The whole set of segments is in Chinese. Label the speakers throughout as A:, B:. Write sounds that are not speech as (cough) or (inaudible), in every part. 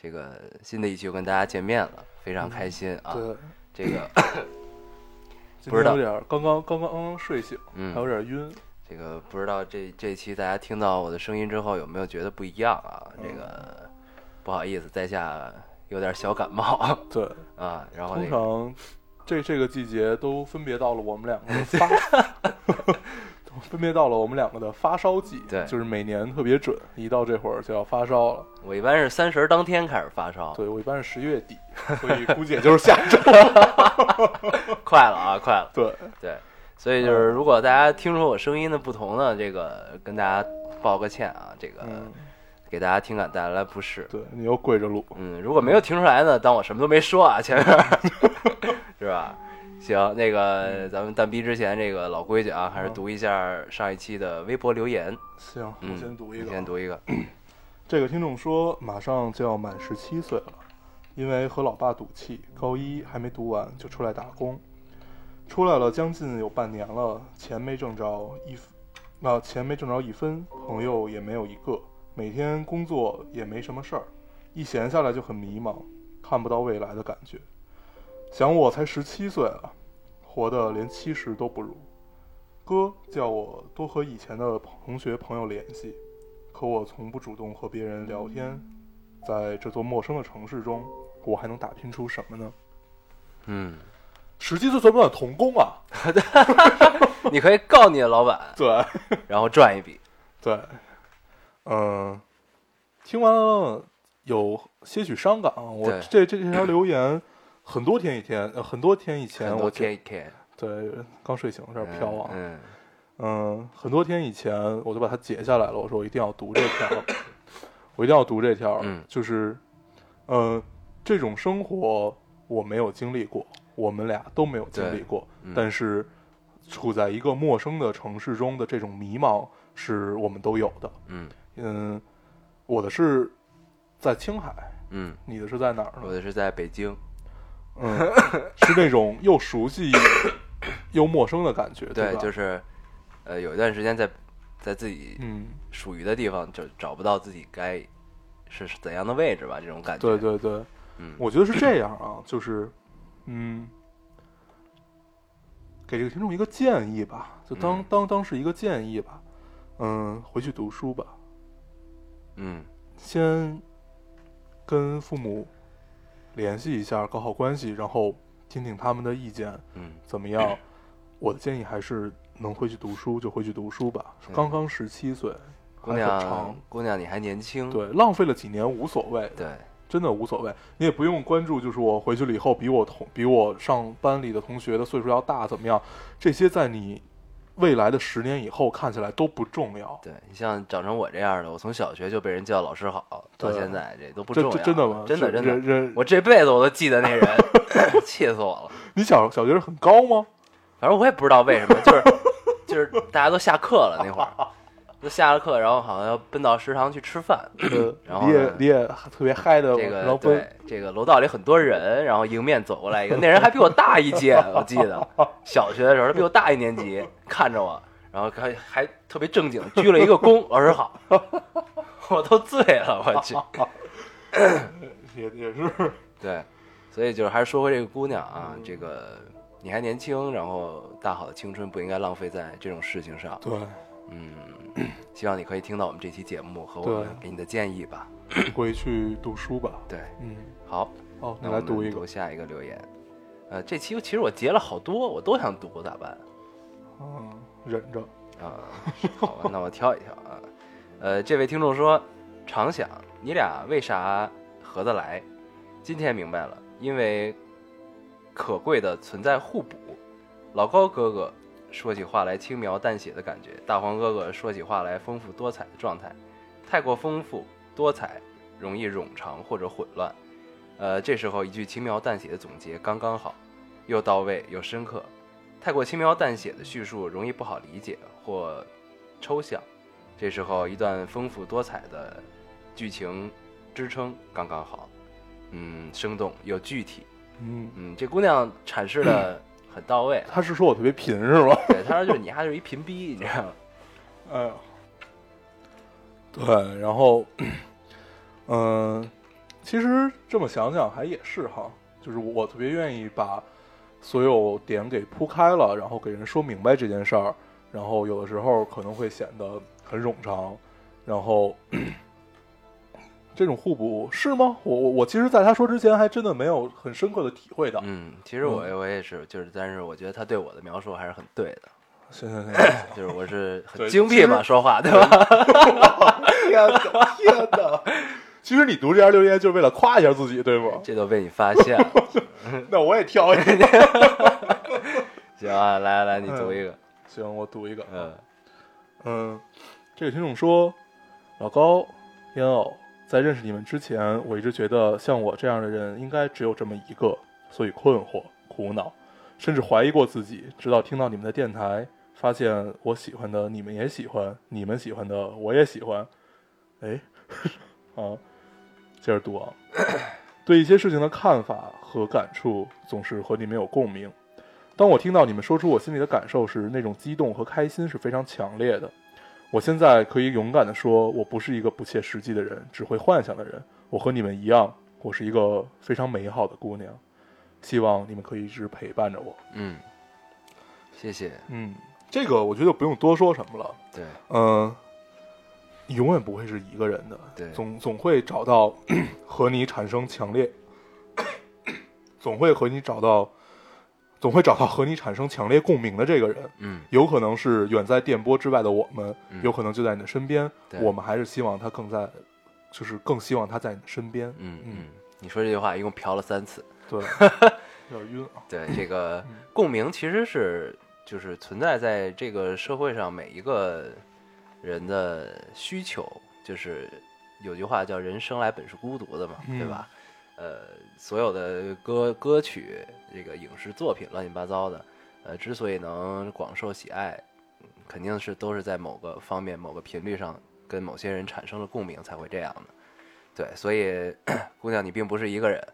A: 这个新的一期又跟大家见面了，非常开心啊。
B: 嗯对，
A: 这个
B: 今
A: 不知
B: 天
A: 道
B: 有点儿刚刚刚刚刚刚睡醒，
A: 嗯
B: 还有点晕。
A: 这个不知道这这期大家听到我的声音之后有没有觉得不一样啊？这个不好意思，在下有点小感冒
B: 对，
A: 啊。然后
B: 通
A: 那个
B: 常这这个季节都分别到了我们两
A: (laughs)
B: 个的发，都分别到了我们两个的发烧季。
A: 对
B: 就是每年特别准，一到这会儿就要发烧了。
A: 我一般是三十当天开始发烧，
B: 对我一般是十
A: (laughs)
B: 月底，所以估计也就是下周。
A: 快了啊，快了。
B: 对，
A: 对，所以
B: 嗯
A: 就是如果大家听出我声音的不同呢，这个跟大家道个歉啊，这个
B: 嗯，
A: 给大家听感带来不适。
B: 对你又跪着录。
A: 嗯，如果没有听出来呢，当我什么都没说啊，前面 (laughs) 是吧？行，那个咱们蛋逼之前，这个老规矩啊，还是
B: 嗯
A: 读一下上一期的微博留言。
B: 行，
A: 嗯，
B: 我先读一
A: 你
B: 个。啊
A: 先读一个。
B: 这个听众说，马上就要满十七岁了，因为和老爸赌气，高一还没读完就出来打工，出来了将近有半年了，钱没挣着一分，那、钱没挣着一分，朋友也没有一个，每天工作也没什么事儿，一闲下来就很迷茫，看不到未来的感觉。想我才十七岁啊，活得连七十都不如。哥叫我多和以前的同学朋友联系，可我从不主动和别人聊天。在这座陌生的城市中，我还能打拼出什么呢？
A: 嗯，
B: 十七岁算不算童工啊？
A: 你可以告你的老板，
B: (laughs) 对
A: 然后
B: (laughs)
A: 赚一笔。
B: 对，嗯、听完了有些许伤感啊。我
A: 对
B: 这这这条留言很多天以前，呃很多天以前
A: 很多
B: 我
A: 天一天，
B: 对刚睡醒有点飘啊。
A: 嗯，嗯
B: 嗯，很多天以前我就把它截下来了，我说我一定要读这
A: (coughs)
B: 条，我一定要读这条，
A: 嗯
B: 就是，呃，这种生活我没有经历过，我们俩都没有经历过，
A: 对嗯
B: 但是处在一个陌生的城市中的这种迷茫是我们都有的。
A: 嗯
B: 嗯，我的是在青海，
A: 嗯，
B: 你的是在哪儿呢
A: 我？的是在北京，
B: 嗯，是那种又熟悉又陌生的感觉，
A: (coughs) 对，
B: 吧？
A: 就是，呃，有一段时间在在自己
B: 嗯，
A: 属于的地方，就找不到自己该是是怎样的位置吧，这种感觉。
B: 对，对对。
A: 嗯，
B: 我觉得是这样啊，就是，嗯，给这个听众一个建议吧，就当、
A: 嗯
B: 当当是一个建议吧，嗯，回去读书吧，
A: 嗯
B: 先跟父母联系一下，搞好关系，然后听听他们的意见，
A: 嗯
B: 怎么样？我的建议还是能回去读书就回去读书吧，刚刚十七岁，
A: 姑
B: 还很
A: 娘
B: 长，
A: 姑娘，你还年轻。
B: 对，浪费了几年无所谓，
A: 对
B: 真的无所谓，你也不用关注，就是我回去了以后比我同比我上班里的同学的岁数要大怎么样，这些在你未来的十年以后看起来都不重要。
A: 对，你像长成我这样的，我从小学就被人叫老师好，到
B: 对
A: 现在这都不重
B: 真真
A: 要了，
B: 真的吗？
A: 真的
B: 是
A: 真
B: 人
A: 的，
B: 人
A: 我这辈子我都记得那人， (laughs) 气死我了。
B: 你小小学是很高
A: (clears throat)
B: 吗？
A: 反正我也不知道为什么，就是就是大家都下课了那会儿，都下了课，然后好像要奔到食堂去吃饭。
B: 呃
A: 然后
B: 你
A: 呢
B: 也你也特别嗨的，
A: 这
B: 然后
A: 个
B: 奔
A: 对，这个楼道里很多人，然后迎面走过来一个，那人还比我大一届，我记得小学的时候他比我大一年级，看着我，然后还还特别正经，鞠了一个躬，老师好，我都醉了，
B: (laughs)
A: 我去。
B: 啊
A: (laughs)
B: 也也是
A: 对，所以就是还是说回这个姑娘啊，这个你还年轻，然后大好的青春不应该浪费在这种事情上。
B: 对，
A: 嗯，希望你可以听到我们这期节目和我们
B: 对
A: 给你的建议吧。
B: 回去读书吧。
A: 对，
B: 嗯，
A: 好，
B: 哦，你
A: 那
B: 来
A: 我
B: 读
A: 们
B: 一
A: 读
B: 个，
A: 下一个留言。呃，这期其实我截了好多，我都想读，咋办？
B: 嗯，忍着，
A: 啊、好吧，那我挑一挑啊。呃，这位听众说，常想你俩为啥合得来？今天明白了，因为可贵的存在互补。老高哥哥说起话来轻描淡写的感觉，大黄哥哥说起话来丰富多彩的状态，太过丰富多彩容易冗长或者混乱。呃，这时候一句轻描淡写的总结刚刚好，又到位又深刻。太过轻描淡写的叙述容易不好理解或抽象，这时候一段丰富多彩的剧情支撑刚刚好，嗯，生动又具体，
B: 嗯，
A: 嗯，这姑娘阐释 (clears throat) 的很到位。啊
B: 他是说我特别贫是吗？
A: 对，她说就是你还是一贫逼，你知道 (laughs) 吗？
B: 哎呦，对，然后，嗯、其实这么想想还也是哈，就是我特别愿意把所有点给铺开了，然后给人说明白这件事儿，然后有的时候可能会显得很冗长，然后。这种互补是吗？我我我其实，在他说之前，还真的没有很深刻的体会到。
A: 嗯，其实我我也是，就是但是我觉得她对我的描述还是很对 (laughs) 的，
B: 行行行，行
A: 就是我是很
B: 对
A: 精
B: 其
A: 辟
B: 实
A: 嘛，说话对吧？
B: (laughs) 天哪，天哪！ (laughs) 其实你读这条留言就是为了夸一下自己，对吗？
A: (laughs) 这都被你发现了。 (laughs)
B: (laughs) 那我也挑一个。
A: 行啊，来来，你读一个。
B: (laughs) 行，我读一个。
A: 嗯
B: 嗯，这个听众说，老高、烟偶，在认识你们之前，我一直觉得像我这样的人应该只有这么一个，所以困惑、苦恼，甚至怀疑过自己。直到听到你们的电台，发现我喜欢的你们也喜欢，你们喜欢的我也喜欢。哎， (laughs) 啊，接着读啊。对一些事情的看法和感触总是和你们有共鸣。当我听到你们说出我心里的感受时，那种激动和开心是非常强烈的。我现在可以勇敢地说，我不是一个不切实际的人，只会幻想的人。我和你们一样，我是一个非常美好的姑娘。希望你们可以一直陪伴着我。
A: 嗯，谢谢。
B: 嗯，这个我觉得不用多说什么了。
A: 对，
B: 嗯、你永远不会是一个人的，
A: 对
B: 总总会找到 (coughs) 和你产生强烈， (coughs) 总会和你找到，总会找到和你产生强烈共鸣的这个人。
A: 嗯，
B: 有可能是远在电波之外的我们，
A: 嗯
B: 有可能就在你的身边。
A: 对
B: 我们还是希望他更在，就是更希望他在你的身边。
A: 嗯
B: 嗯
A: 嗯，你说这句话一共嫖了三次。 (laughs)
B: 对，有点晕啊。
A: 对，这个共鸣其实是就是存在在这个社会上每一个人的需求，就是有句话叫“人生来本是孤独的”嘛，
B: 嗯
A: 对吧？呃，所有的歌歌曲、这个影视作品乱七八糟的，呃，之所以能广受喜爱，嗯肯定是都是在某个方面、某个频率上跟某些人产生了共鸣才会这样的。对，所以 (coughs) 姑娘，你并不是一个人，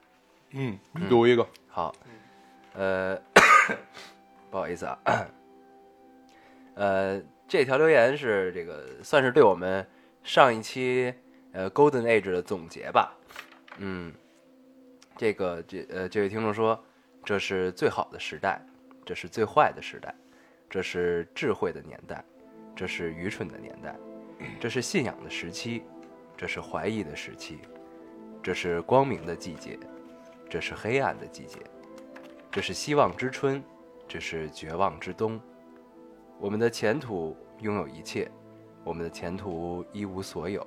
B: 嗯，你读一个。
A: 好，呃， (coughs) 不好意思啊， (coughs) 呃，这条留言是这个算是对我们上一期呃 Golden Age 的总结吧。嗯，这个这呃这位听众说，这是最好的时代，这是最坏的时代，这是智慧的年代，这是愚蠢的年代，这是信仰的时期，这是怀疑的时期，这是光明的季节，这是黑暗的季节，这是希望之春，这是绝望之冬。我们的前途拥有一切，我们的前途一无所有，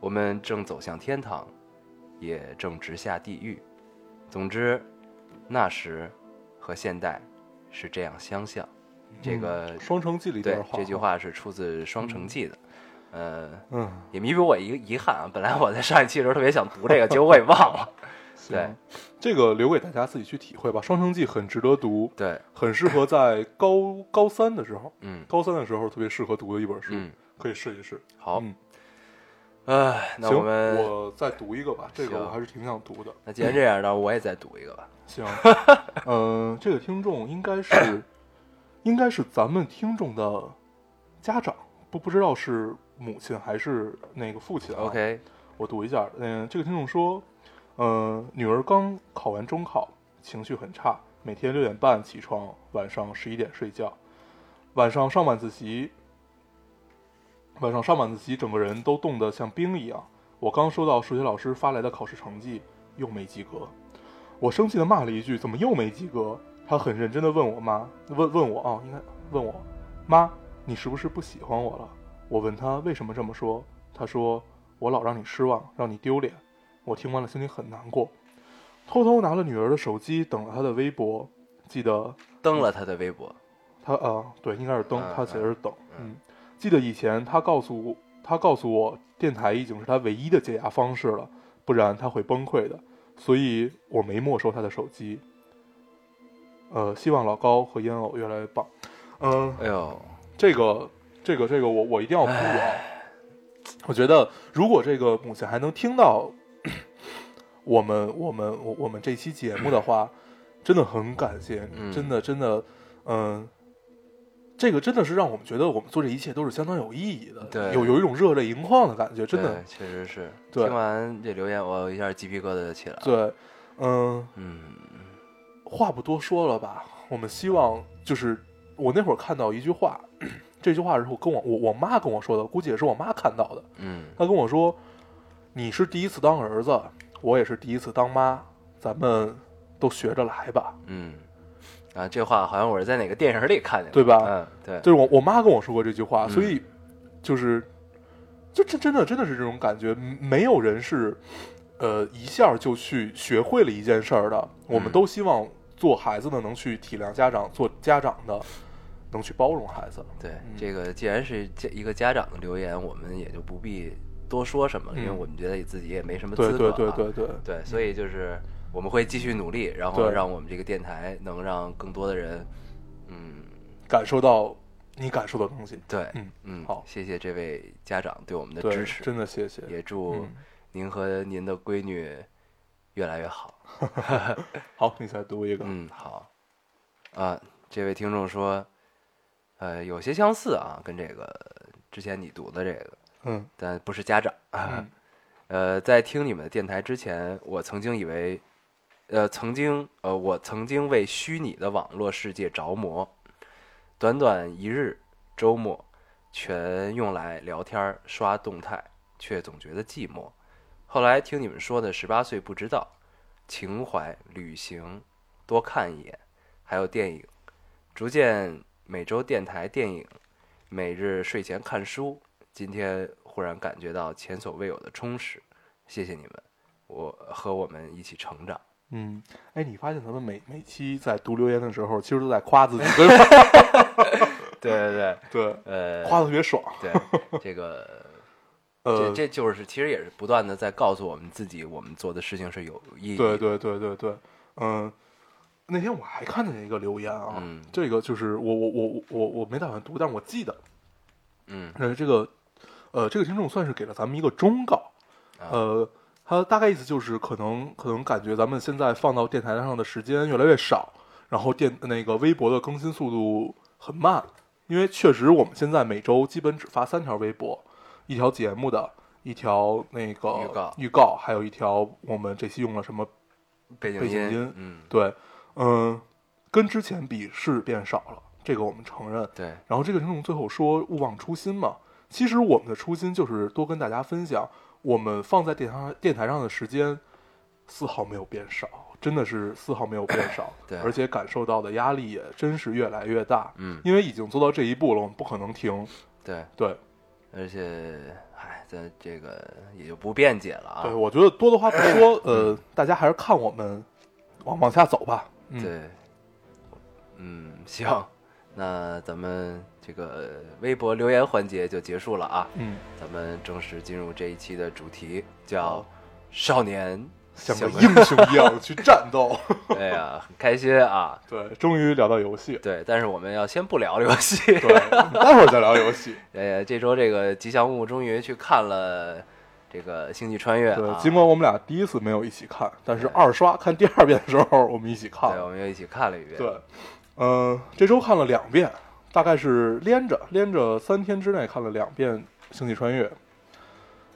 A: 我们正走向天堂，也正直下地狱。总之，那时和现代是这样相像。这个
B: 《嗯双城记》里
A: 对
B: 边话，
A: 这句。话是出自《双城记》的，呃，
B: 嗯，
A: 也弥补我一个遗憾啊。本来我在上一期的时候特别想读这个，结果我也忘了。
B: 行
A: 对，
B: 这个留给大家自己去体会吧。《双城记》很值得读，
A: 对，
B: 很适合在高 (laughs) 高三的时候，
A: 嗯
B: 高三的时候特别适合读的一本书，
A: 嗯，
B: 可以试一试。
A: 好，
B: 嗯，
A: 哎，那
B: 行，
A: 我们
B: 我再读一个吧，这个我
A: 行
B: 还是挺想读的。
A: 那既然这样，那我也再读一个吧。
B: 行，呃，这个听众应该是，应该是咱们听众的家长，不不知道是母亲还是那个父亲、啊。
A: OK，
B: 我读一下，嗯、这个听众说，呃，女儿刚考完中考，情绪很差，每天六点半起床，晚上十一点睡觉，晚上上晚自习，晚上上晚自习，整个人都冻得像冰一样。我刚收到数学老师发来的考试成绩，又没及格。我生气的骂了一句：“怎么又没及格？”他很认真的问我妈，问问我啊，应该问我妈，你是不是不喜欢我了？我问他为什么这么说，他说我老让你失望，让你丢脸。我听完了心里很难过，偷偷拿了女儿的手机，等了她的微博，记得
A: 登了他的微博。
B: 他啊、对，应该是灯，
A: 嗯
B: 他写的是等。
A: 嗯
B: 嗯，记得以前他告诉我，他告诉我，电台已经是他唯一的解压方式了，不然他会崩溃的。所以我没没收他的手机。呃，希望老高和烟偶越来越棒。嗯、
A: 哎呦，
B: 这个，这个，这个我，我一定要补啊！我觉得，如果这个母亲还能听到 (coughs) 我们我们我我们这期节目的
A: (coughs)
B: 话，真的很感谢，
A: 嗯
B: 真的真的，嗯，这个真的是让我们觉得我们做这一切都是相当有意义的，
A: 对
B: 有有一种热泪盈眶的感觉，真
A: 对
B: 的，
A: 确实是。
B: 对
A: 听完这留言，我一下鸡皮疙瘩就起来了。
B: 对，嗯，
A: 嗯，
B: 话不多说了吧，我们希望就是我那会儿看到一句话， (coughs) 这句话是我跟我我我妈跟我说的，估计也是我妈看到的。
A: 嗯
B: 她跟我说：“你是第一次当儿子，我也是第一次当妈，咱们都学着来吧。
A: 嗯，啊，这话好像我是在哪个电影里看见的，
B: 对吧
A: 嗯，”对，
B: 就是我我妈跟我说过这句话，
A: 嗯
B: 所以就是就真真的真的是这种感觉，嗯没有人是呃一下就去学会了一件事儿的。我们
A: 嗯
B: 都希望做孩子的能去体谅家长，做家长的能去包容孩子。
A: 对，
B: 嗯
A: 这个既然是家一个家长的留言，我们也就不必多说什么，因为
B: 嗯
A: 我们觉得自己也没什么
B: 对
A: 资格、
B: 对
A: 啊。
B: 对对对
A: 对所以就是我们会继续努力，然后
B: 对
A: 让我们这个电台能让更多的人，嗯，
B: 感受到你感受的东西。
A: 对，
B: 嗯
A: 嗯，
B: 好
A: 谢谢这位家长对我们的
B: 对
A: 支，持，
B: 真的谢谢。
A: 也祝
B: 嗯
A: 您和您的闺女越来越好。
B: 好，你再读一个。
A: 嗯，好。啊，这位听众说，呃，有些相似啊，跟这个之前你读的这个，
B: 嗯
A: 但不是家长。
B: 嗯
A: (laughs) 呃，在听你们的电台之前，我曾经以为，呃，曾经，呃，我曾经为虚拟的网络世界着魔，短短一日，周末全用来聊天儿、刷动态，却总觉得寂寞。后来听你们说的十八岁不知道，情怀、旅行，多看一眼，还有电影，逐渐每周电台电影，每日睡前看书，今天忽然感觉到前所未有的充实，谢谢你们，我和我们一起成长。
B: 嗯，哎，你发现咱们每每期在读留言的时候，其实都在夸自己， (laughs) 对吧？
A: 对对
B: 对，
A: 对，呃，
B: 夸的特别爽。
A: (laughs) 对这个，
B: 呃
A: 这，这就是其实也是不断的在告诉我们自己，我们做的事情是有意义
B: 对
A: 的。
B: 对对对对，嗯。那天我还看见一个留言啊，
A: 嗯
B: 这个就是我我我我我没打算读，但我记得，
A: 嗯
B: 呃，这个呃，这个听众算是给了咱们一个忠告，
A: 啊
B: 呃，他大概意思就是可能可能感觉咱们现在放到电台上的时间越来越少，然后电那个微博的更新速度很慢，因为确实我们现在每周基本只发三条微博，一条节目的，一条那个
A: 预告
B: 预告，还有一条我们这期用了什么
A: 背景
B: 背景音
A: 嗯，
B: 对，嗯，跟之前比是变少了，这个我们承认。
A: 对，
B: 然后这个听众最后说勿忘初心嘛，其实我们的初心就是多跟大家分享，我们放在电台上电台上的时间丝毫没有变少，真的是丝毫没有变少
A: (clears throat) ，对
B: 而且感受到的压力也真是越来越大，
A: 嗯
B: 因为已经做到这一步了，我们不可能停，
A: 对，
B: 对，
A: 而且，哎，咱这个也就不辩解了啊。
B: 对，我觉得多的
A: (clears throat)
B: 话不说，呃，大家还是看我们往往下走吧，嗯，
A: 对，嗯， (laughs) 行，那咱们这个微博留言环节就结束了啊，
B: 嗯，
A: 咱们正式进入这一期的主题，叫“
B: (laughs)
A: 少年
B: 像个
A: 个
B: 英雄一样去战斗， (laughs)
A: 对呀，很开心啊。
B: 对，终于聊到游戏，
A: 对，但是我们要先不聊游戏。
B: 对，我们待会儿再聊游戏。
A: 呃，这周这个吉祥物终于去看了这个《星际穿越》
B: 对，
A: 啊，
B: 尽管我们俩第一次没有一起看，但是二刷看第二遍的时候，我们一起看
A: 对，我
B: 了。
A: 们又一起看了一遍。
B: 对，嗯、这周看了两遍，大概是连着连着三天之内看了两遍《星际穿越》。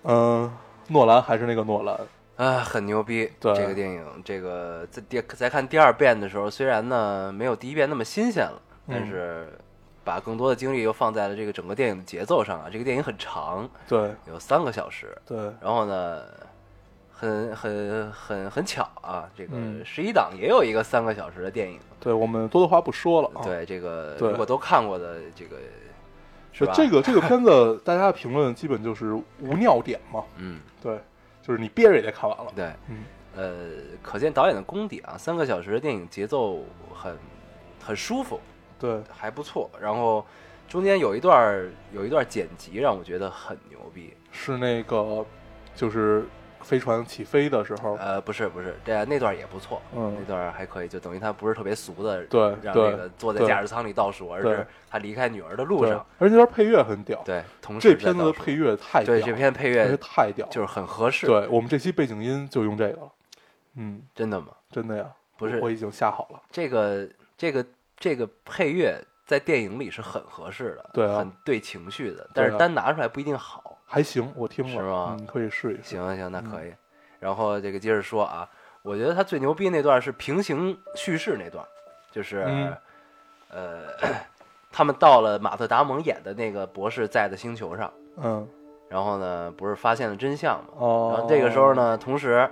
B: 嗯、诺兰还是那个诺兰，
A: 啊，很牛逼！
B: 对
A: 这个电影，这个在第在看第二遍的时候，虽然呢没有第一遍那么新鲜了，但
B: 嗯
A: 是把更多的精力又放在了这个整个电影的节奏上啊。这个电影很长，
B: 对
A: 有三个小时，
B: 对，
A: 然后呢，很很很很巧啊，这个
B: 嗯
A: 十一档也有一个三个小时的电影。
B: 对我们多的话不说了啊。
A: 对，这个
B: 对
A: 如果都看过的这个是
B: 就
A: 吧？
B: 这个这个片子， (laughs) 大家的评论基本就是无尿点嘛。
A: 嗯，
B: 对，就是你憋着也得看完了。
A: 对，
B: 嗯，
A: 呃，可见导演的功底啊，三个小时的电影节奏很很舒服。
B: 对，
A: 还不错。然后中间有一段儿有一段剪辑让我觉得很牛逼，
B: 是那个，就是飞船起飞的时候，
A: 呃，不是不是，这那段也不错，
B: 嗯
A: 那段还可以，就等于他不是特别俗的，
B: 对
A: 让
B: 对
A: 那个坐在
B: 对
A: 驾驶舱里倒数，而
B: 对
A: 是他离开女儿的路
B: 对
A: 上，，
B: 而且它配乐很屌，
A: 对，同时
B: 这
A: 在
B: 片子
A: 倒
B: 的
A: 数
B: 配乐太屌
A: 对
B: 了，
A: 这片配
B: 真是
A: 乐
B: 太屌了，
A: 就是很合适，
B: 对我们这期背景音就用这个了，嗯，
A: 真的吗？
B: 真的呀，
A: 不是
B: 我已经下好了，
A: 这个这个这个配乐在电影里是很合适的，
B: 对啊
A: 很对情绪的，但
B: 对
A: 是
B: 啊
A: 单拿出来不一定好。
B: 还行，我听了，
A: 是吗
B: 嗯，可以试一试，
A: 行行，
B: 嗯
A: 那可以。然后这个接着说啊，我觉得他最牛逼那段是平行叙事那段，就是、
B: 嗯
A: 呃， (clears throat) 他们到了马特·达蒙演的那个博士在的星球上，
B: 嗯，
A: 然后呢，不是发现了真相嘛？
B: 哦，
A: 然后这个时候，呢，同时，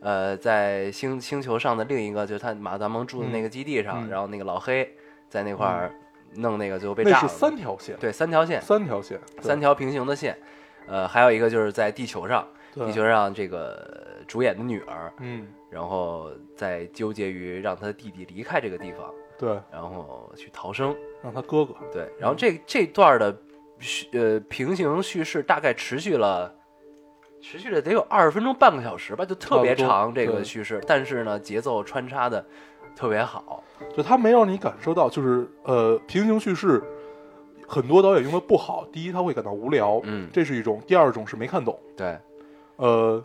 A: 呃，在星星球上的另一个就是他马特·达蒙住的那个基地
B: 嗯
A: 上，
B: 嗯嗯
A: 然后那个老黑在那块儿弄那个，最后被
B: 那
A: 炸
B: 是
A: 了。
B: 三条线，
A: 对三条线，
B: 三条线，对
A: 三条平行的线，呃，还有一个就是在地球上，
B: 对
A: 地球上这个主演的女儿，
B: 嗯，
A: 然后在纠结于让她的弟弟离开这个地方，
B: 对，
A: 然后去逃生。
B: 让他哥哥，
A: 对，然后这这段的叙呃平行叙事大概持续了。持续了得有二十分钟，半个小时吧，就特别
B: 差不多
A: 长这
B: 对
A: 个叙事，但是呢，节奏穿插的特别好。
B: 就他没让你感受到，就是呃，平行叙事，很多导演用的不好，第一他会感到无聊，
A: 嗯，
B: 这是一种；第二种是没看懂，
A: 对
B: 呃，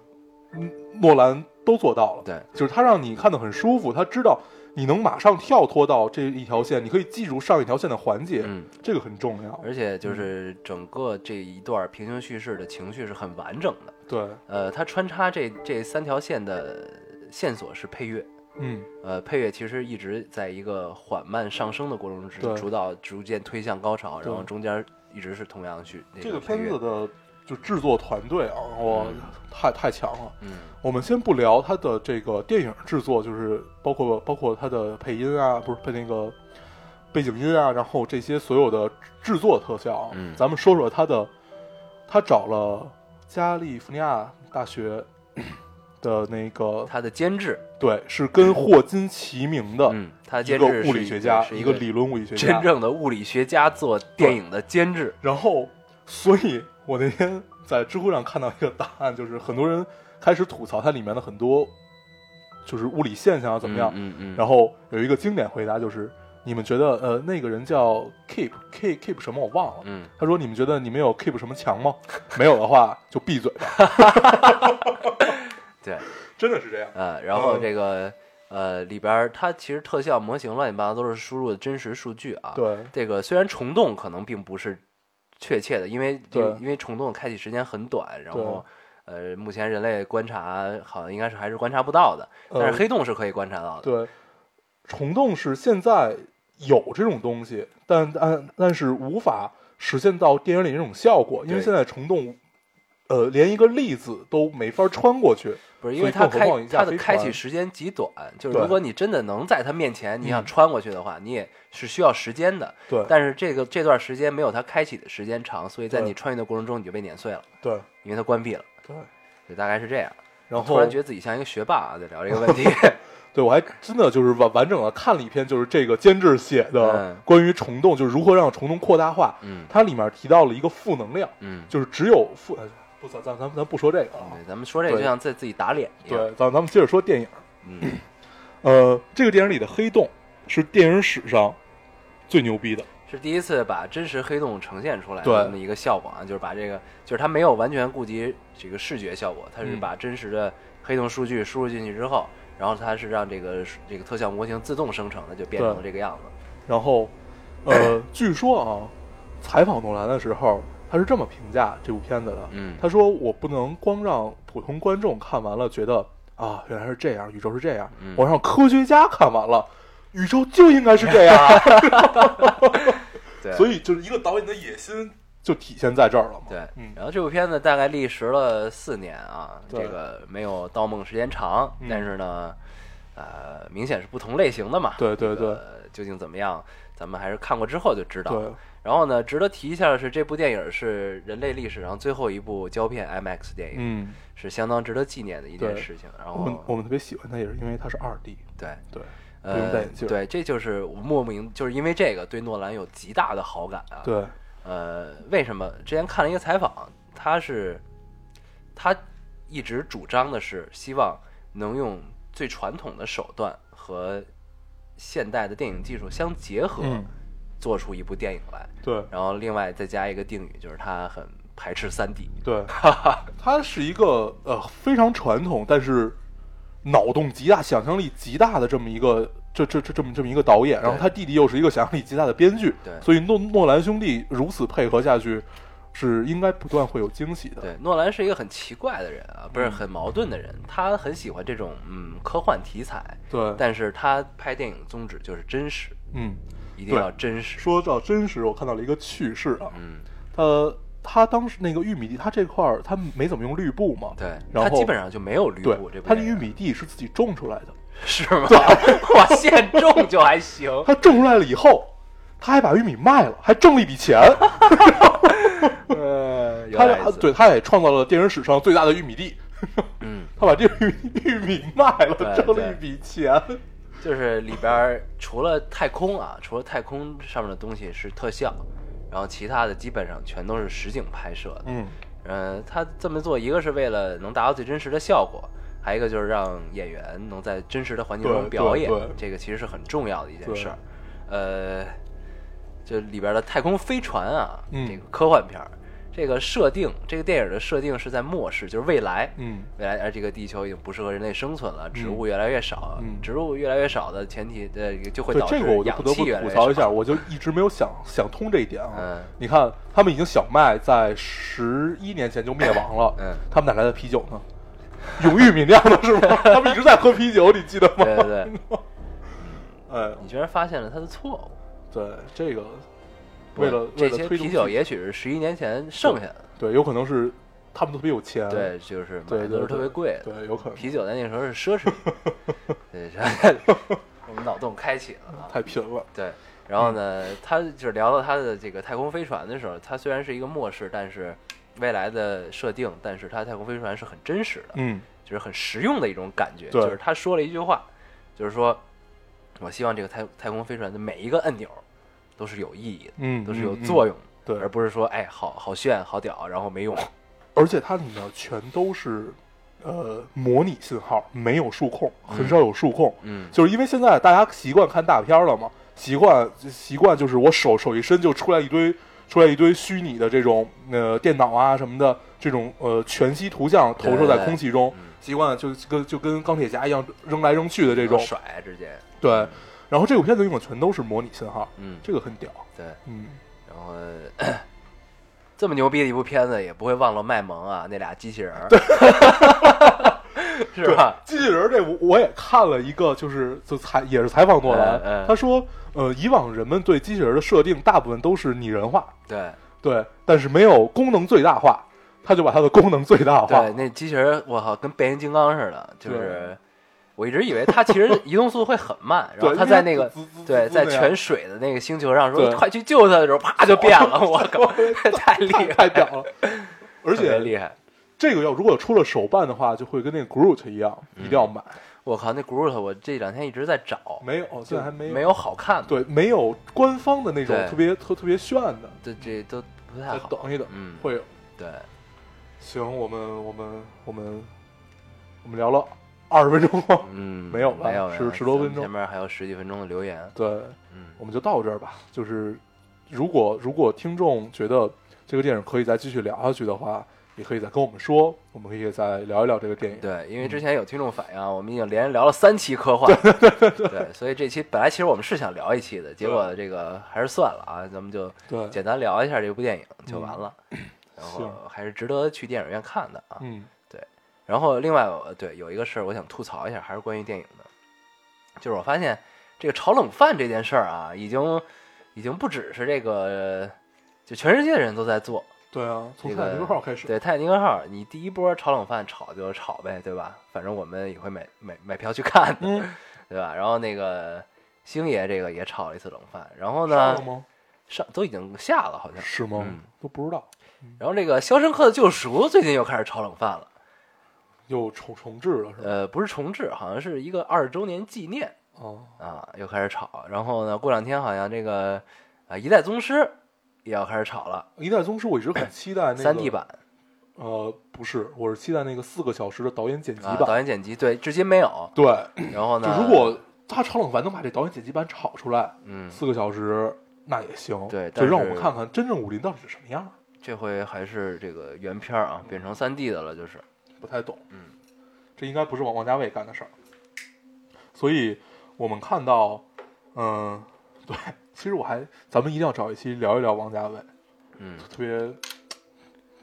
B: 嗯诺兰都做到了，
A: 对，
B: 就是他让你看得很舒服，他知道你能马上跳脱到这一条线，你可以记住上一条线的环节，
A: 嗯，
B: 这个很重要，
A: 而且就是整个这一段平行叙事的情绪是很完整的。
B: 对，
A: 呃，它穿插这这三条线的线索是配乐，
B: 嗯，
A: 呃，配乐其实一直在一个缓慢上升的过程
B: 对
A: 中，主导逐渐推向高潮，然后
B: 对
A: 中间一直是同样去那
B: 这个
A: 配
B: 片子
A: 乐，
B: 的就制作团队啊，哇，
A: 嗯
B: 太太强了。
A: 嗯
B: 我们先不聊它的这个电影制作，就是包括包括它的配音啊，不是配那个背景音啊，然后这些所有的制作特效啊，
A: 嗯
B: 咱们说说它的，他找了加利福尼亚大学的那个，
A: 它的监制，
B: 对，是跟霍金齐名的
A: 嗯，它的
B: 一
A: 监
B: 个
A: 制是
B: 物理学家，
A: 是
B: 一
A: 一
B: 个理论物理学家，
A: 真正的物理学家做电影的监制，
B: 然后，所以我那天在知乎上看到一个答案，就是很多人开始吐槽它里面的很多就是物理现象啊怎么样。
A: 嗯嗯，
B: 然
A: 后
B: 后有一个经典回答就是：你们觉得呃那个人叫 Keep Keep Keep 什么我忘了。
A: 嗯，
B: 他说：“你们觉得你们有 Keep 什么强吗？没有的话就闭嘴
A: (laughs)
B: 吧。
A: 对，”
B: 真的是这样。
A: 呃，然后
B: 嗯
A: 这个呃里边儿它其实特效模型乱七八糟都是输入的真实数据啊，
B: 对
A: 这个虽然虫洞可能并不是确切的，因为因
B: 对
A: 为因为虫洞开启时间很短，然后呃，目前人类观察好像应该是还是观察不到的，
B: 呃
A: 但是黑洞是可以观察到的。
B: 对，虫洞是现在有这种东西，但但但是无法实现到电影里那种效果，因为
A: 对
B: 现在虫洞，呃，连一个粒子都没法穿过去。
A: 不
B: 所以
A: 是因为它
B: 更何
A: 开
B: 况一架
A: 它的
B: 飞
A: 开启
B: 船
A: 时间极短，就是
B: 对
A: 如果你真的能在它面前，你想
B: 嗯
A: 穿过去的话，你也是需要时间的。
B: 对
A: 但是这个这段时间没有它开启的时间长，所以在
B: 对
A: 你穿越的过程中你就被碾碎了，
B: 对
A: 因为它关闭了，
B: 对，
A: 就大概是这样。
B: 然
A: 突
B: 后
A: 然觉得自己像一个学霸啊，在聊
B: (laughs)
A: 这个问题。
B: 对我还真的就是完完整的看了一篇，就是这个监制写的
A: 嗯
B: 关于虫洞，就是如何让虫洞扩大化。
A: 嗯
B: 它里面提到了一个负能量，
A: 嗯，
B: 就是只有负，呃不，咱咱咱咱不说这个啊
A: 对，，咱们说这个
B: 对
A: 就像在自己打脸一样。
B: 对，咱咱们接着说电影。
A: 嗯。
B: 呃，这个电影里的黑洞是电影史上最牛逼的，
A: 是第一次把真实黑洞呈现出来
B: 对
A: 的这么一个效果啊，就是把这个，就是它没有完全顾及这个视觉效果，它是
B: 嗯
A: 把真实的黑洞数据输入进去之后，然后它是让这个这个特效模型自动生成的，就变成了
B: 对
A: 这个样子。
B: 然后，呃，据说啊，采访诺兰的时候，他是这么评价这部片子的。
A: 嗯
B: 他说：“我不能光让普通观众看完了觉得啊，原来是这样，宇宙是这样。
A: 嗯
B: 我让科学家看完了，宇宙就应该是这样。
A: (laughs) 对，
B: 所
A: 以
B: 以，就是一个导演的野心就体现在这儿了嘛。
A: 对，
B: 嗯，
A: 然后这部片子大概历时了四年啊，这
B: 对
A: 个没有《盗梦》时间长
B: 嗯，
A: 但是呢，呃，明显是不同类型的嘛。
B: 对对
A: 这个究竟怎么样，咱们还是看过之后就知道。
B: 对，
A: 然后呢，值得提一下的是，这部电影是人类历史上最后一部胶片 IMAX 电影，
B: 嗯，
A: 是相当值得纪念的一件
B: 对
A: 事情。啊然
B: 我们
A: 后，
B: 我们特别喜欢它，也是因为它是二 D。
A: 对，
B: 对，不用戴
A: 呃
B: 眼，镜
A: 对，这就是我莫名就是因为这个对诺兰有极大的好感啊。，
B: 对，
A: 呃，为什么？之前看了一个采访，他是他一直主张的是希望能用最传统的手段和现代的电影技术相结合，
B: 嗯，
A: 做出一部电影来。
B: 对
A: 然后另外再加一个定语，就是他很排斥三 D。
B: 对， (laughs) 它是一个呃非常传统，但是脑洞极大、想象力极大的这么一个这这这这么这么一个导演，然后他弟弟又是一个想象力极大的编剧，
A: 对
B: 所以诺诺兰兄弟如此配合下去，是应该不断会有惊喜的。
A: 对，诺兰是一个很奇怪的人啊，不是
B: 嗯
A: 很矛盾的人。他很喜欢这种嗯科幻题材，
B: 对，
A: 但是他拍电影宗旨就是真实，
B: 嗯，
A: 一定
B: 对
A: 要真实。
B: 说到真实，我看到了一个趣事啊，
A: 嗯，
B: 他他当时那个玉米地，他这块儿他没怎么用绿布嘛，
A: 对，
B: 然
A: 他
B: 后
A: 基本上就没有绿
B: 对
A: 布这，部
B: 他的
A: 电
B: 玉
A: 影
B: 米地是自己种出来的，
A: 是吗？哇，现种就还行。
B: 他种出来了以后，他还把玉米卖了，还挣了一笔钱。
A: (laughs) 呃，有
B: 他
A: 点意
B: 他
A: 思
B: 对，他也创造了电影史上最大的玉米地，
A: 嗯，
B: 他把这个玉 (laughs) 玉米卖了，(laughs)
A: 对
B: 挣了一笔钱。
A: 就是里边儿除了太空啊，除了太空上面的东西是特效，然后其他的基本上全都是实景拍摄的。
B: 嗯，
A: 嗯、他这么做一个是为了能达到最真实的效果，还有一个就是让演员能在真实的环境
B: 对
A: 中表演
B: 对对，
A: 这个其实是很重要的一件事儿。呃，这里边的太空飞船啊，
B: 嗯
A: 这个科幻片儿，这个设定，这个电影的设定是在末世，就是未来，
B: 嗯，
A: 未来而哎这个地球已经不适合人类生存了，植
B: 嗯
A: 物越来越少，
B: 嗯
A: 植物越来越少的前提，呃，就会
B: 对
A: 导致
B: 这个我就
A: 氧
B: 不得
A: 气
B: 不
A: 越来越
B: 吐
A: 少。
B: 槽一下，我就一直没有想想通这一点啊。
A: 嗯
B: 你看，他们已经小麦在十一年前就灭亡了，
A: 嗯
B: 他们哪来的啤酒呢？有玉米酿的是吗？ (laughs) 他们一直在喝啤酒，你记得吗？
A: 对对对，
B: 哎，
A: 你居然发现了他的错误。
B: 对这个，为了
A: 不
B: 为了
A: 这些
B: 推动
A: 啤酒，
B: 自己
A: 也许是十一年前剩下的，
B: 对，有可能是他们都特别有钱，
A: 对，就是买
B: 对
A: 的
B: 对
A: 都是特别贵的。
B: 对，有可能
A: 啤酒在那时候是奢侈品。
B: (laughs)
A: 对， (laughs) 然后我们脑洞开启了啊。
B: 太贫了。
A: 对，然后呢，
B: 嗯
A: 他就是聊到他的这个太空飞船的时候，他虽然是一个末世，但是未来的设定，但是他太空飞船是很真实的。
B: 嗯
A: 就是很实用的一种感觉。
B: 对
A: 就是他说了一句话，就是说，我希望这个太太空飞船的每一个按钮都是有意义的，
B: 嗯，
A: 都是有
B: 嗯
A: 作。用的，
B: 对
A: 而不是说哎好好炫好屌，然后没用。
B: 而且它里面全都是呃模拟信号，没有数控，
A: 嗯
B: 很少有数控。
A: (laughs) 嗯，
B: 就是因为现在大家习惯看大片了嘛，习惯习惯就是我手手一伸就出来一堆出来一堆虚拟的这种呃电脑啊什么的这种呃全息图像投射在空气中，
A: 嗯
B: 习惯就就跟就跟钢铁侠一样扔来扔去的这种。
A: 甩之间，
B: 对，然后这部片子用的全都是模拟信号，
A: 嗯，
B: 这个很屌。
A: 对，
B: 嗯，
A: 然后。 (clears throat) 这么牛逼的一部片子，也不会忘了卖萌啊，那俩机器人儿， (laughs) 是吧？
B: 机器人儿这我我也看了一个，就是就采也是采访诺兰，
A: 嗯嗯
B: 他说，呃，以往人们对机器人儿的设定大部分都是拟人化，
A: 对
B: 对，但是没有功能最大化，他就把它的功能最大化
A: 对，，那机器人儿，我靠，跟变形金刚似的，就
B: 对
A: 是我一直以为它其实移动速度会很慢， (laughs) 然后
B: 对
A: 它
B: 因为
A: 在那个
B: 滋滋滋
A: 对
B: 滋
A: 在
B: 那样
A: 全水的那个星球上说
B: 对
A: 快去救它的时候，啪就变了， (laughs) 我靠，太厉
B: (laughs)
A: 害了，
B: 太屌了。而
A: 特别
B: 且
A: 厉害！
B: 这个要如果出了手办的话，就会跟那个 Groot 一样，
A: 嗯
B: 一定要买。
A: 我靠，那 Groot 我这两天一直在找，
B: 没有，哦现在还没有。
A: 没有好看的，
B: 对，没有官方的那种
A: 对
B: 特别特特别炫的，
A: 这这都不太
B: 再
A: 好。
B: 等一等，
A: 嗯
B: 会有。
A: 对，
B: 行，我们我们我们我们聊了二十分钟吗？
A: 嗯，
B: 没有了
A: 没有了
B: 十十多分钟哦
A: 咱们前面还有十几分钟的留言，
B: 对，
A: 嗯
B: 我们就到这儿吧。就是如果如果听众觉得这个电影可以再继续聊下去的话，也可以再跟我们说，我们可以再聊一聊这个电影。
A: 对，因为之前有听众反映啊，我们已经连着聊了三期科幻，对所以这期本来其实我们是想聊一期的，结果这个还是算了啊，咱们就
B: 对嗯
A: 简单聊一下这部电影就完了。然后
B: 行
A: 还是值得去电影院看的啊。
B: 嗯
A: 然后另外我对有一个事儿我想吐槽一下，还是关于电影的，就是我发现这个炒冷饭这件事儿啊，已经已经不只是这个，就全世界的人都在做。
B: 对啊，从
A: 这
B: 泰
A: 个
B: 坦尼克号开始，
A: 对，泰坦尼克号，你第一波炒冷饭炒就炒呗，对吧？反正我们也会买买买票去看的，
B: 嗯，
A: 对吧？然后那个星爷这个也炒了一次冷饭，然 (laughs) 后
B: 上
A: 呢
B: 了，吗？
A: 上都已经下了好像。
B: 是吗？
A: 嗯
B: 都不知道，
A: 然后这个《肖申克的救赎》最近又开始炒冷饭了，
B: 又重重置了是吧？
A: 呃，不是重置，好像是一个二十周年纪念
B: 哦，
A: 啊，又开始炒。然后呢，过两天好像这个呃啊《一代宗师》也要开始炒了， (coughs)
B: 一代宗师我一直很期待那个
A: 三 D 版。
B: 呃，不是，我是期待那个四个小时的导演剪辑
A: 啊，
B: 版。
A: 导演剪辑对，至今没
B: (clears throat)
A: 有。
B: 对，
A: 然后呢，
B: 就如果他炒冷饭能把这导演剪辑版炒出来，
A: 嗯，
B: 四个小时那也行。
A: 对
B: 就
A: 但
B: 让我们
A: 是
B: 看看真正武林到底是什么样儿。
A: 这回还是这个原片儿啊，变成三 D 的了，就是
B: 不太懂，
A: 嗯，
B: 这应该不是王王家卫干的事儿。所以我们看到，嗯，对，其实我还，咱们一定要找一期聊一聊王家卫，
A: 嗯，
B: 特别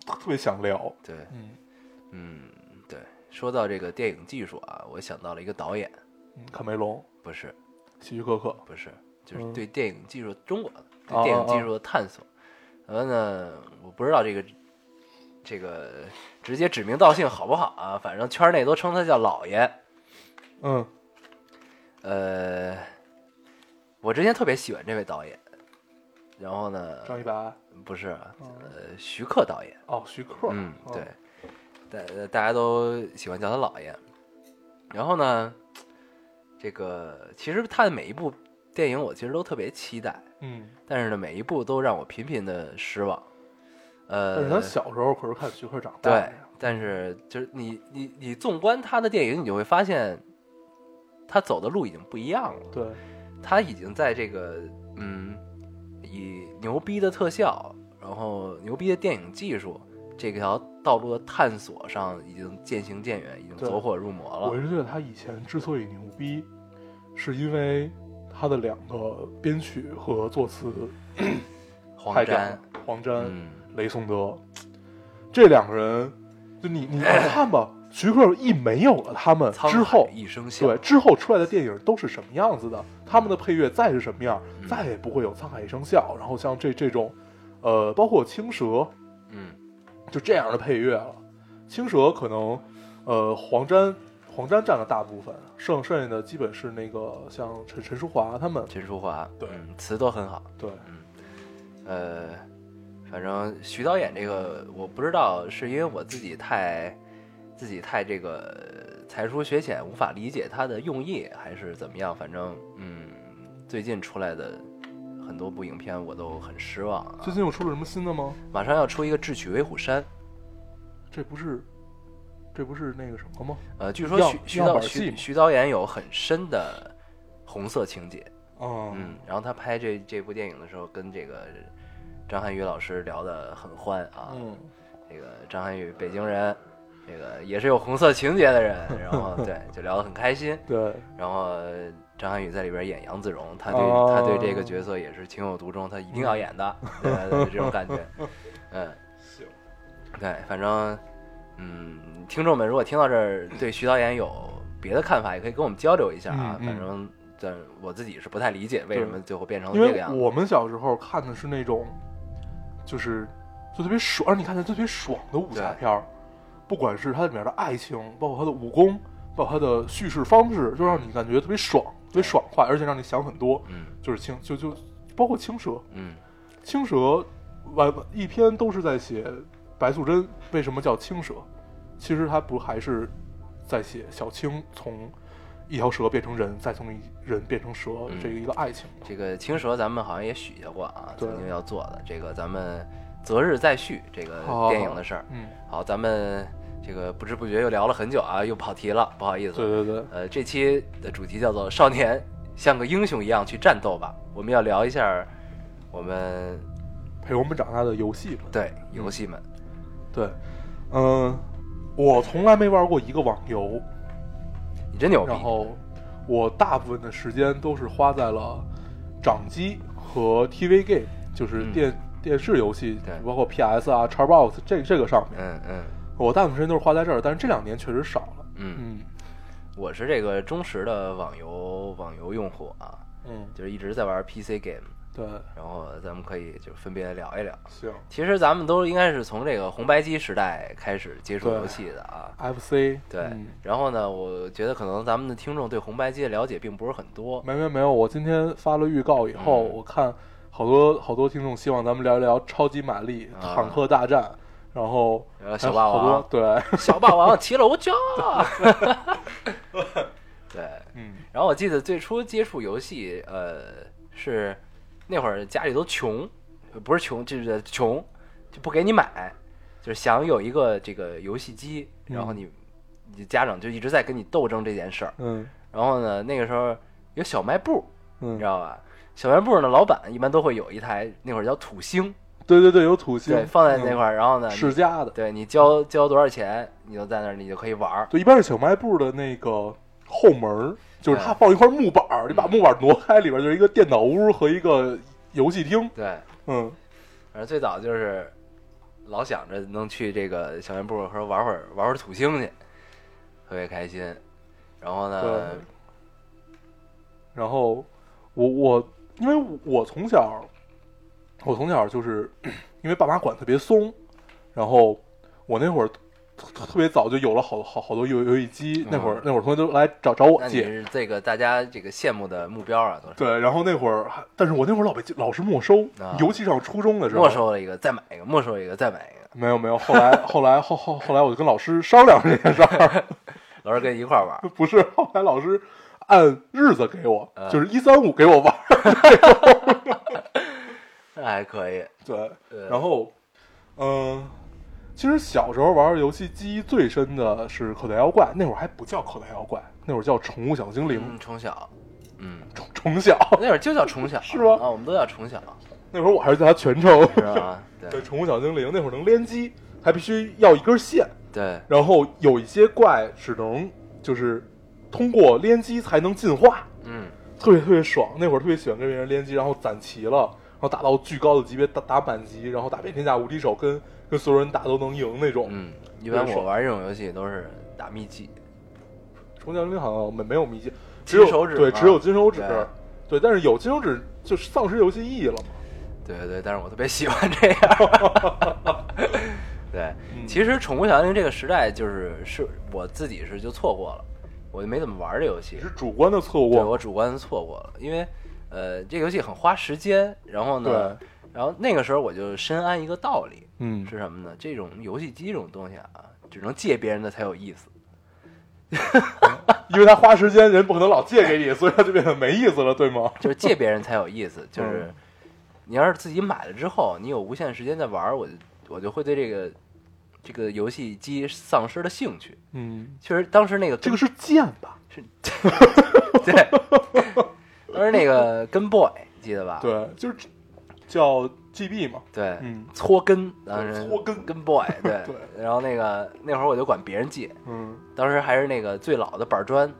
B: 特别想聊，
A: 对，
B: 嗯
A: 嗯，对。说到这个电影技术啊，我想到了一个导演，
B: 嗯，卡梅隆，
A: 不是
B: 希区柯克，
A: 不是，就是
B: 嗯
A: 对电影技术中国的
B: 哦
A: 对电影技
B: 哦
A: 术的探索。然后呢，我不知道这个这个直接指名道姓好不好啊？反正圈内都称他叫老爷。
B: 嗯
A: 呃，我之前特别喜欢这位导演，然后呢，
B: 张一白，
A: 不是啊，
B: 嗯
A: 呃，徐克导演，
B: 哦，徐克，
A: 嗯，
B: 哦
A: 对，，大呃大家都喜欢叫他老爷。然后呢，这个其实他的每一部电影我其实都特别期待，
B: 嗯，
A: 但是呢，每一部都让我频频的失望。
B: 但是
A: 呃
B: 他，小时候可是看徐克长大
A: 对
B: 的呀，，
A: 但是就是你你你纵观他的电影，你就会发现，他走的路已经不一样了。
B: 对，
A: 他已经在这个嗯，以牛逼的特效，然后牛逼的电影技术这条道路的探索上已经渐行渐远，已经
B: 对
A: 走火入魔
B: 我
A: 了。
B: 是觉得他以前之所以牛逼，是因为他的两个编曲和作词
A: 黄
B: 太屌
A: 沾
B: 了，，黄沾、
A: 嗯，
B: 雷颂德，这两个人，就你你看吧，徐克一没有了他们
A: 沧海
B: 之后，
A: 一声笑，
B: 对之后出来的电影都是什么样子的，他们的配乐再是什么样，
A: 嗯
B: 再也不会有《沧海一声笑》，然后像这这种，呃，包括《青蛇》
A: 嗯，
B: 就这样的配乐了，《青蛇》可能，呃，黄沾。黄沾占了大部分，剩剩下的基本是那个像陈陈淑华他们，
A: 陈淑华，
B: 对
A: 嗯词都很好。
B: 对，
A: 呃，反正徐导演这个我不知道，是因为我自己太自己太这个才疏学浅，无法理解他的用意，还是怎么样？反正嗯，最近出来的很多部影片我都很失望、啊。
B: 最近有出了什么新的吗？
A: 马上要出一个《智取威虎山》，
B: 这不是，这不是那个什么吗？
A: 呃，据说
B: 样
A: 徐徐
B: 样
A: 导
B: 板戏
A: 徐
B: 嘛
A: 徐导演有很深的红色情节，
B: 嗯
A: 嗯，然后他拍这这部电影的时候，跟这个张涵予老师聊得很欢啊，
B: 嗯，
A: 这个张涵予，北京人，这个也是有红色情节的人，然
B: (laughs)
A: 后对，就聊得很开心。
B: 对，
A: 然后张涵予在里边演杨子荣，他对、
B: 哦嗯
A: 他对这个角色也是情有独钟，他一定要演的，对啊对对，这种感
B: (laughs)
A: 觉，嗯，
B: 行，
A: 对，反正嗯，听众们如果听到这儿对徐导演有别的看法，也可以跟我们交流一下啊，
B: 嗯嗯
A: 反正。但我自己是不太理解为什么最后变成了
B: 因
A: 这个
B: 为
A: 样子。
B: 我们小时候看的是那种，就是就特别爽，让你看的特别爽的武侠片儿，不管是它里面的爱情，包括它的武功，包括它的叙事方式，就让你感觉特别爽，特别爽快，而且让你想很多，
A: 嗯
B: 就是青就就包括青蛇，
A: 嗯，
B: 青蛇完一篇都是在写白素贞为什么叫青蛇，其实它不还是在写小青从一条蛇变成人，再从一人变成蛇
A: 嗯
B: 这个一个爱情嘛。
A: 这个青蛇咱们好像也许下过啊，
B: 对
A: 曾经要做的这个咱们择日再续这个
B: 好好
A: 电影的事儿。
B: 嗯，
A: 好，咱们这个不知不觉又聊了很久啊，又跑题了，不好意思。
B: 对对对，
A: 呃，这期的主题叫做“少年像个英雄一样去战斗吧”，我们要聊一下我们
B: 陪我们长大的游戏嘛。
A: 对游戏们，
B: 对，嗯，我从来没玩过一个网游，
A: 你真牛
B: 嗯
A: 逼
B: 然！后我大部分的时间都是花在了掌机和 TV game，就是
A: 嗯
B: 电、电视游戏
A: 对，
B: 包括 PS 啊、Xbox 这这个上面。
A: 嗯嗯
B: 我大部分时间都是花在这儿，但是这两年确实少了。
A: 嗯，
B: 嗯
A: 我是这个忠实的网游网游用户啊，
B: 嗯，
A: 就是一直在玩 PC game，
B: 对，
A: 然后咱们可以就分别聊一聊。
B: 行
A: 其实咱们都应该是从这个红白机时代开始接触
B: 对
A: 游戏的啊。
B: ，FC
A: 对，
B: 嗯
A: 然后呢，我觉得可能咱们的听众对红白机的了解并不是很
B: (laughs)
A: 多。
B: 没没没有，我今天发了预告以后，
A: 嗯
B: 我看好多好多听众希望咱们聊一聊超级玛丽、
A: 啊
B: 坦克大战，然后
A: 然后
B: 还
A: 小啊
B: 有
A: 霸
B: 好多
A: 王，
B: 对，
A: 小霸王骑楼就。 (laughs) 对，
B: 嗯
A: 然后我记得最初接触游戏，呃，是那会儿家里都穷，呃不是穷，就是穷，就不给你买。就是想有一个这个游戏机，
B: 嗯
A: 然后你你家长就一直在跟你斗争这件事儿。
B: (laughs) 嗯
A: 然后呢，那个时候有小卖部，你
B: 嗯，
A: 知道吧？小卖部呢，老板一般都会有一台，那会儿叫土星，
B: 对对对，有土星嗯
A: 对，放在那块
B: 儿
A: 儿。然后呢，
B: 世嘉的，
A: 对你交交多少钱，你就在那儿，你就可以玩儿。
B: 对，一般是小卖部的那个后门儿，就是它
A: 哎
B: 放一块木板儿，你
A: 嗯
B: 把木板挪开，里边就是一个电脑屋和一个游戏厅。
A: 对，
B: 嗯
A: 反正最早就是老想着能去这个小卖部和玩会儿玩会儿土星去，特别开心。然后呢
B: 对，呃然后我我因为我我从小我从小就是因为爸妈管特别松，然后我那会儿特特特别早就有了好好好多游游戏机，那会儿
A: 嗯
B: 那会儿同学都来找找我
A: 那你
B: 借。
A: 是这个大家这个羡慕的目标啊，都是
B: 对，然后那会儿还，但是我那会儿老被老是没收，
A: 啊
B: 尤其上初中的时候，
A: 没收了一个再买一个，没收一个再买一个，
B: 没有没有，后来后来后后后来我就跟老师商量这件事儿， (laughs)
A: 老师跟你一块儿玩儿。
B: 不是后来老师按日子给我，
A: 嗯
B: 就是一三五给我玩儿，
A: 那还可以，
B: 对，
A: 对
B: 然后嗯、其实小时候玩游戏机最深的是口袋妖怪，那会儿还不叫口袋妖怪，那会儿叫宠物小精灵
A: 嗯，，从小，嗯，
B: 宠宠小， (laughs)
A: 那会儿就叫虫小，
B: 哦是吗
A: 啊，我们都叫虫小，
B: 那会儿我还是叫它全称，
A: 是吧？
B: 对，
A: (laughs) 对
B: 宠物小精灵那会儿能联机，还必须要一根线，
A: 对，
B: 然后有一些怪只能就是通过联机才能进化，
A: 嗯，
B: 特别特别爽。那会儿特别喜欢跟别人联机，然后攒齐了，然后打到巨高的级别，打打满级，然后打遍天下无敌手，跟跟所有人打都能赢那种。
A: 嗯，一般
B: 对
A: 我
B: 爽
A: 玩这种游戏都是打秘籍，
B: 重降临好像没没有秘籍，只
A: 金
B: 有
A: 手指
B: 对，
A: 嘛
B: 只有金手指
A: 对。
B: 对，但是有金手指就丧失游戏意义了嘛。
A: 对对对，但是我特别喜欢这样。 (laughs) 对，
B: 嗯
A: 其实《宠物小精灵》这个时代，就是是我自己是就错过了，我就没怎么玩这游戏
B: 你是，主观的错
A: 对
B: 过，
A: 我主观错过了，因为呃，这个游戏很花时间，然后呢，然后那个时候我就深谙一个道理，
B: 嗯，
A: 是什么呢？这种游戏机这种东西啊，只能借别人的才有意思。
B: 因为他花时间，人不可能老借给你，所以他就变得没意思了，对吗？
A: 就是借别人才有意思。就是
B: 嗯
A: 你要是自己买了之后，你有无限时间在玩儿，我就我就会对这个这个游戏机丧失了兴趣。
B: 嗯，
A: 确实，当时那个
B: 这个是贱吧？
A: 是，对，当时那个跟 boy 记得吧？
B: 对，就是叫 GB 嘛。
A: 对，
B: 嗯
A: 搓根当时
B: 搓根
A: 跟 boy 对，
B: (laughs) 对
A: 然后那个那会儿我就管别人借，
B: 嗯，
A: 当时还是那个最老的板砖。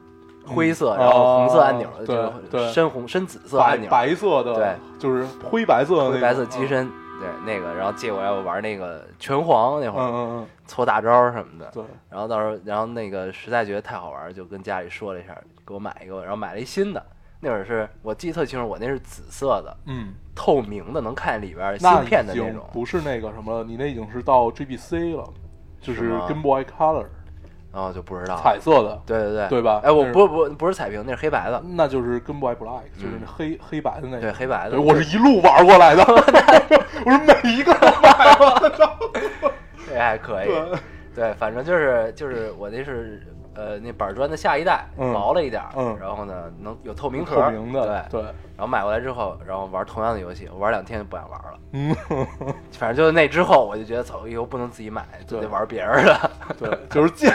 A: 灰色，
B: 嗯
A: 然后红色按钮，
B: 哦
A: 这个
B: 对对
A: 深红、深紫色
B: 白
A: 按钮，
B: 白色的，
A: 对，
B: 就是灰白色的那嗯
A: 灰
B: 种
A: 白色机，身，对那个，然后借我要玩那个拳皇那
B: 嗯
A: 会儿，
B: 嗯嗯
A: 搓大招什么的
B: 嗯，，对，
A: 然后到时候，然后那个实在觉得太好玩儿，就跟家里说了一下，给我买一个，然后买了一新的。那会儿是我记得特清楚，我那是紫色的，
B: 嗯，
A: 透明的，能看里边儿芯
B: 那
A: 片的
B: 已
A: 那
B: 经
A: 种。
B: 不是那个什么了，你那已经是到 GBC 了，就是是
A: 吗啊
B: Game Boy Color
A: 然哦后就不知道。
B: 彩色的，
A: 对对对，
B: 对吧
A: 哎，我
B: 那是
A: 不不不是彩屏，那是黑白的，
B: 那就是 Game Boy Black，就是
A: 嗯
B: 那黑黑白的那
A: 对
B: 个。
A: 黑白
B: 对，
A: 的。
B: 我是一路玩过来的， (laughs) 我是每一个都买的，
A: 这还可以。
B: 对
A: (laughs) 对，反正就是就是我那是呃那板砖的下一代，
B: 嗯
A: 薄了一点儿，
B: 嗯
A: 然后呢能有透明壳
B: 透
A: 儿，
B: 明的，
A: 对。
B: 对，
A: 然后买过来之后，然后玩同样的游戏，我玩两天就不想玩了。
B: 嗯，
A: 反正就是那之后，我就觉得操，以后不能自己买，就
B: 对
A: 得玩别人的。
B: 对， (laughs) 就是贱。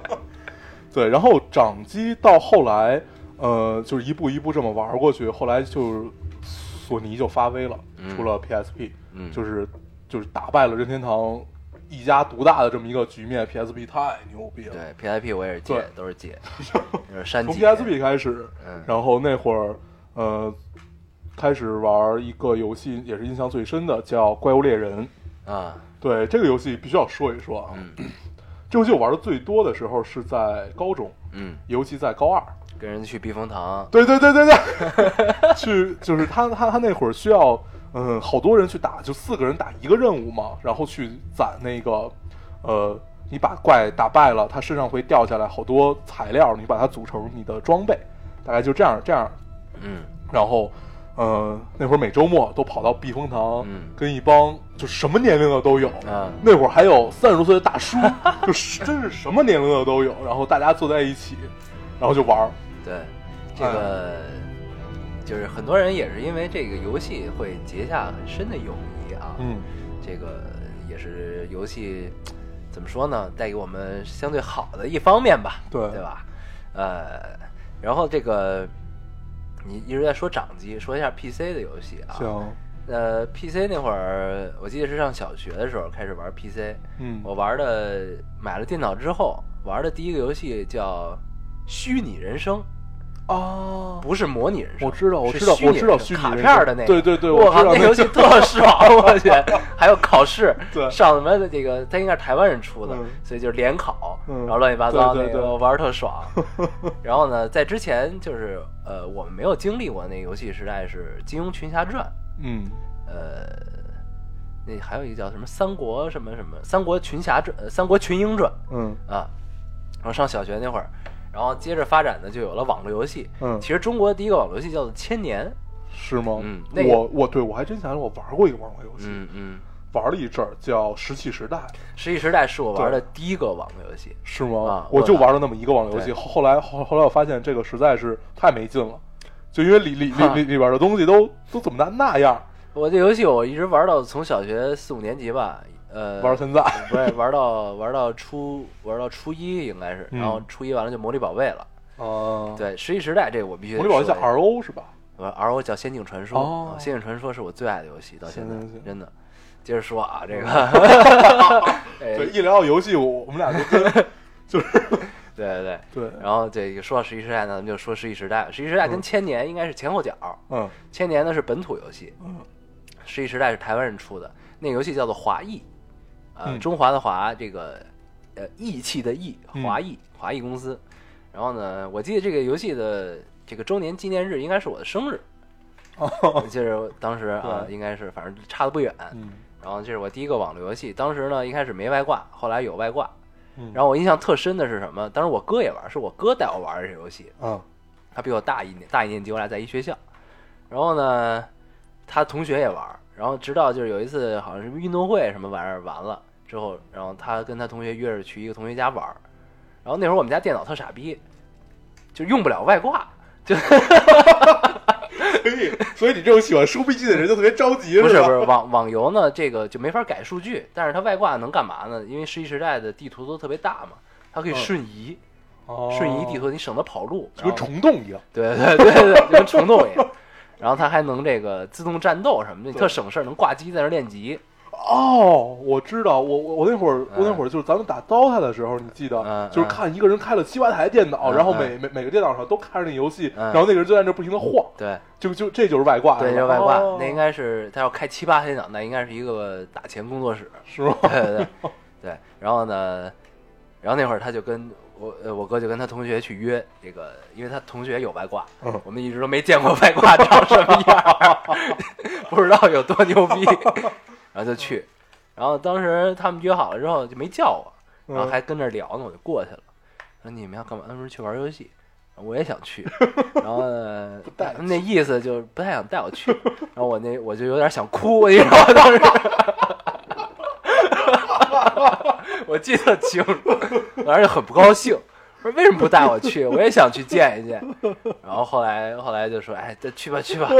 B: (laughs) 对，然后掌机到后来，呃，就是一步一步这么玩过去，后来就是索尼就发威了，
A: 嗯
B: 出了 PSP，、
A: 嗯
B: 就是就是打败了任天堂一家独大的这么一个局面，PSP 太牛逼了。
A: (laughs) 对 PSP 我也是借
B: 对，
A: 都是借， (laughs) 就是删
B: 从
A: 机。
B: PSP 开始，
A: 嗯
B: 然后那会儿，呃，开始玩一个游戏，也是印象最深的，叫《怪物猎人》。
A: 啊，
B: 对这个游戏必须要说一说啊，
A: 嗯
B: (clears throat) 这游戏我玩的最多的时候是在高中，
A: 嗯，
B: 尤其在高二。
A: 跟人去避风塘，
B: 对对对对对， (laughs) 去就是他他他那会儿需要嗯好多人去打，就四个人打一个任务嘛，然后去攒那个呃你把怪打败了，他身上会掉下来好多材料，你把它组成你的装备，大概就这样这样。
A: 嗯
B: 然后呃那会儿每周末都跑到避风塘，
A: 嗯
B: 跟一帮就什么年龄的都有，
A: 啊
B: 那会儿还有三十多岁的大叔， (laughs) 就是真是什么年龄的都有，然后大家坐在一起，然后就玩儿。
A: 对，这个就是很多人也是因为这个游戏会结下很深的友谊啊。
B: 嗯，
A: 这个也是游戏怎么说呢，带给我们相对好的一方面吧，
B: 对
A: 对吧？呃，然后这个你一直在说掌机，说一下 PC 的游戏啊。
B: 行，
A: 呃，PC 那会儿，我记得是上小学的时候开始玩 PC。
B: 嗯，
A: 我玩的买了电脑之后玩的第一个游戏叫《虚拟人生》，
B: 哦，
A: 不是模拟人生。
B: 我知道，我
A: 是
B: 知道，
A: 虚
B: 我
A: 拟
B: 知道
A: 人
B: 虚拟
A: 卡
B: 人
A: 片儿
B: 生
A: 的那个。
B: 对对对，
A: 我
B: 知
A: 靠，
B: 道
A: 那
B: (laughs)
A: 游戏特爽，我去，还有考试，
B: 对
A: 上什么这个，它应该是台湾人出的
B: 嗯，
A: 所以就是联考，
B: 嗯
A: 然后乱七八糟，
B: 对
A: 那
B: 对
A: 个
B: 对
A: 玩儿
B: (laughs)
A: 特爽。然后呢，在之前就是呃，我们没有经历过那个游戏时代是《金庸群侠传》，
B: 嗯，
A: 呃，那还有一个叫什么《三国什么什么三国群侠传》呃《三国群英传》
B: 嗯
A: 啊。然后上小学那会儿，然后接着发展的就有了网络游戏。
B: 嗯
A: 其实中国第一个网络游戏叫做《千年》。
B: 是吗？
A: 嗯那个
B: 我我对我还真想起来，我玩过一个网络游戏，
A: 嗯嗯，
B: 玩了一阵儿，叫《石器时代》，
A: 《石器时代》是我玩
B: 对
A: 的第一个网络游戏。
B: 是吗
A: 啊？
B: 我就
A: 我玩
B: 玩了那么一个网络游戏，
A: 对
B: 后后来后后来我发现这个实在是太没劲了，就因为里里里
A: 哈
B: 里里边的东西都都怎么那那样，
A: 我这游戏我一直玩到从小学四五年级吧，呃，
B: 玩到 (laughs) 现在，
A: 不是玩到玩到初玩到初一应该是，
B: 嗯
A: 然后初一完了就《魔力宝贝》了。
B: 哦，
A: 对，《石器时代》这个我必须
B: 我
A: 得
B: 这玩叫
A: 说一下
B: RO 是吧？
A: 玩 RO 呃叫《仙境传说》
B: 哦
A: 啊仙境传说》是我最爱的游戏，到现在
B: 行行行
A: 真的。接着说
B: (laughs)
A: 啊，这个，哎
B: 对，
A: 对
B: 一聊到游戏，我我们俩就 (laughs) 真就是
A: 对对。
B: 对，
A: 然后这个说到《石器时代》呢，咱们就说《石器时代》。《石器时代》跟《千年》应该是前后脚，
B: 嗯
A: 千年》呢是本土游戏，
B: 嗯
A: 《石器时代》是台湾人出的。那个游戏叫做华谊，呃，
B: 嗯
A: 中华的华，这个呃义气的义，
B: 嗯
A: 华谊，华谊公司。然后呢，我记得这个游戏的这个周年纪念日应该是我的生日，
B: 哦， (laughs)
A: 我记得当时啊，
B: 对
A: 应该是反正差的不远。
B: 嗯
A: 然后这是我第一个网络游戏，当时呢一开始没外挂，后来有外挂。
B: 嗯，
A: 然后我印象特深的是什么？当时我哥也玩，是我哥带我玩这游戏，
B: 后啊
A: 他比我大一年，大一年级，我俩在一学校。然后呢，他同学也玩，然后直到就是有一次好像是运动会什么玩意儿完了之后，然后他跟他同学约着去一个同学家玩，然后那会儿我们家电脑特傻逼，就用不了外挂，就
B: (laughs) 所以所以你这种喜欢输笔记的人就特别着急，
A: 不是
B: 吧
A: 不是网网游呢，这个就没法改数据，但是它外挂能干嘛呢？因为十一时代的地图都特别大嘛，它可以
B: 嗯
A: 瞬移，
B: 哦
A: 瞬移地图，你省得跑路，
B: 就跟
A: 然后
B: 虫洞一样，
A: 对 (laughs) 对对对，就跟虫洞一样。然后它还能这个自动战斗什么的，
B: 对
A: 特省事儿，能挂机在那儿练级。
B: 哦，我知道，我我我那会儿，
A: 嗯
B: 我那会儿就是咱们打 DOTA 的时候，你记
A: 嗯
B: 得，就是看一个人开了七八台电脑，
A: 嗯
B: 然后每每每个电脑上都看着那游戏，
A: 嗯
B: 然后那个人就在那不停的晃，
A: 对
B: 就就这就是外挂，
A: 对，
B: 是
A: 就
B: 吧
A: 外挂
B: 哦，
A: 那应该是他要开七八台电脑，那应该是一个打钱工作室。
B: 是吗？ (laughs)
A: 对对对对，然后呢，然后那会儿他就跟我呃我哥就跟他同学去约这个，因为他同学有外挂，
B: 嗯
A: 我们一直都没见过外挂长什么样儿， (laughs) 不知道有多
B: (laughs)
A: 牛逼，然后就去，然后当时他们约好了之后就没叫我，
B: 嗯
A: 然后还跟那儿聊呢，我就过去了，说你们要干嘛？他们说去玩游戏。我也想
B: (laughs)
A: 去，然后呢
B: 不带，
A: 那意思就是不太想带
B: (laughs)
A: 我去，然后我那我就有点想哭，你知道吗？当时。 (laughs) 我记得清楚，而且很不高兴。我说为什么不带我去？我也想去见一见。然后后来后来就说，哎，这去
B: (laughs)
A: 吧去吧，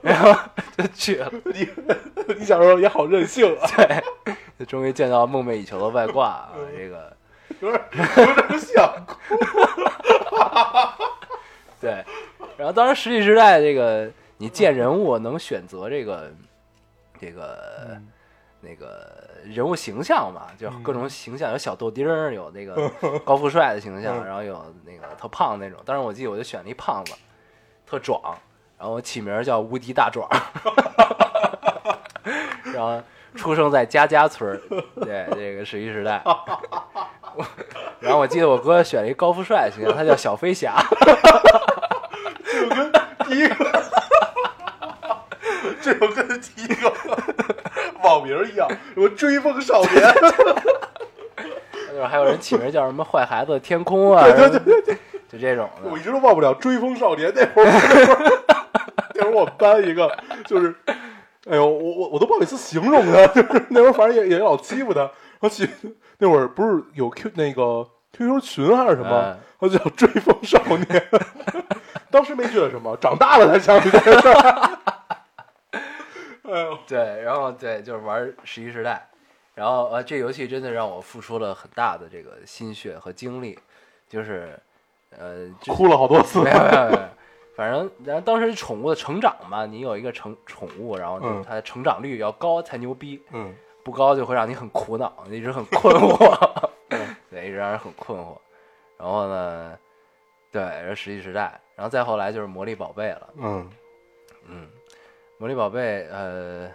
A: 然后就去了。
B: 你你小时候也好任性
A: (laughs)
B: 啊，
A: 对，就终于见到梦寐以求的外挂啊！
B: 嗯
A: 这个
B: 有点有点想哭，
A: (laughs) 对。然后当时《石器时代》这个你见人物能选择这个这个、那个人物形象嘛，就是各种形象，有小豆丁儿，有那个高富帅的形象，
B: 嗯
A: 然后有那个特胖的那种。当时我记得我就选了一胖子，特壮，然后我起名儿叫无敌大壮，然后出生在家家村儿，对这个十一时代。 (laughs) 我然后我记得我哥选了一高富帅的形象，他叫小飞侠，
B: 第一个， (laughs) 这就跟第一个 (laughs) 网名一样，什么追风少年，
A: 就是还有人起名叫什么坏孩子天空啊，对对对就这种的
B: 我一。直都忘不了《追风少年》那会儿，那会儿，那会儿我们班一个就是，哎呦，我我我都不好意思形容他，就是那会儿反正也也老欺负他。我起那会儿不是有 Q 那个 QQ 群还是什么
A: 嗯，
B: 我叫《追风少年》， (laughs) 当时没觉得什么，长大了才想起这个
A: (laughs)
B: 事儿。哎呦，
A: 对，然后对，就是玩《十一时代》，然后呃，这游戏真的让我付出了很大的这个心血和精力，就是呃，之
B: 哭了好多次
A: (laughs) 没。有没有没有，反正然后当时宠物的成长嘛，你有一个成宠物，然后就
B: 嗯
A: 它的成长率要高才牛逼，
B: 嗯，
A: 不高就会让你很苦恼，一直很困 (laughs) 惑，对，一直让人很困惑。然后呢，对，然后石器时代，然后再后来就是魔力宝贝了，
B: 嗯，
A: 嗯，魔力宝贝，呃，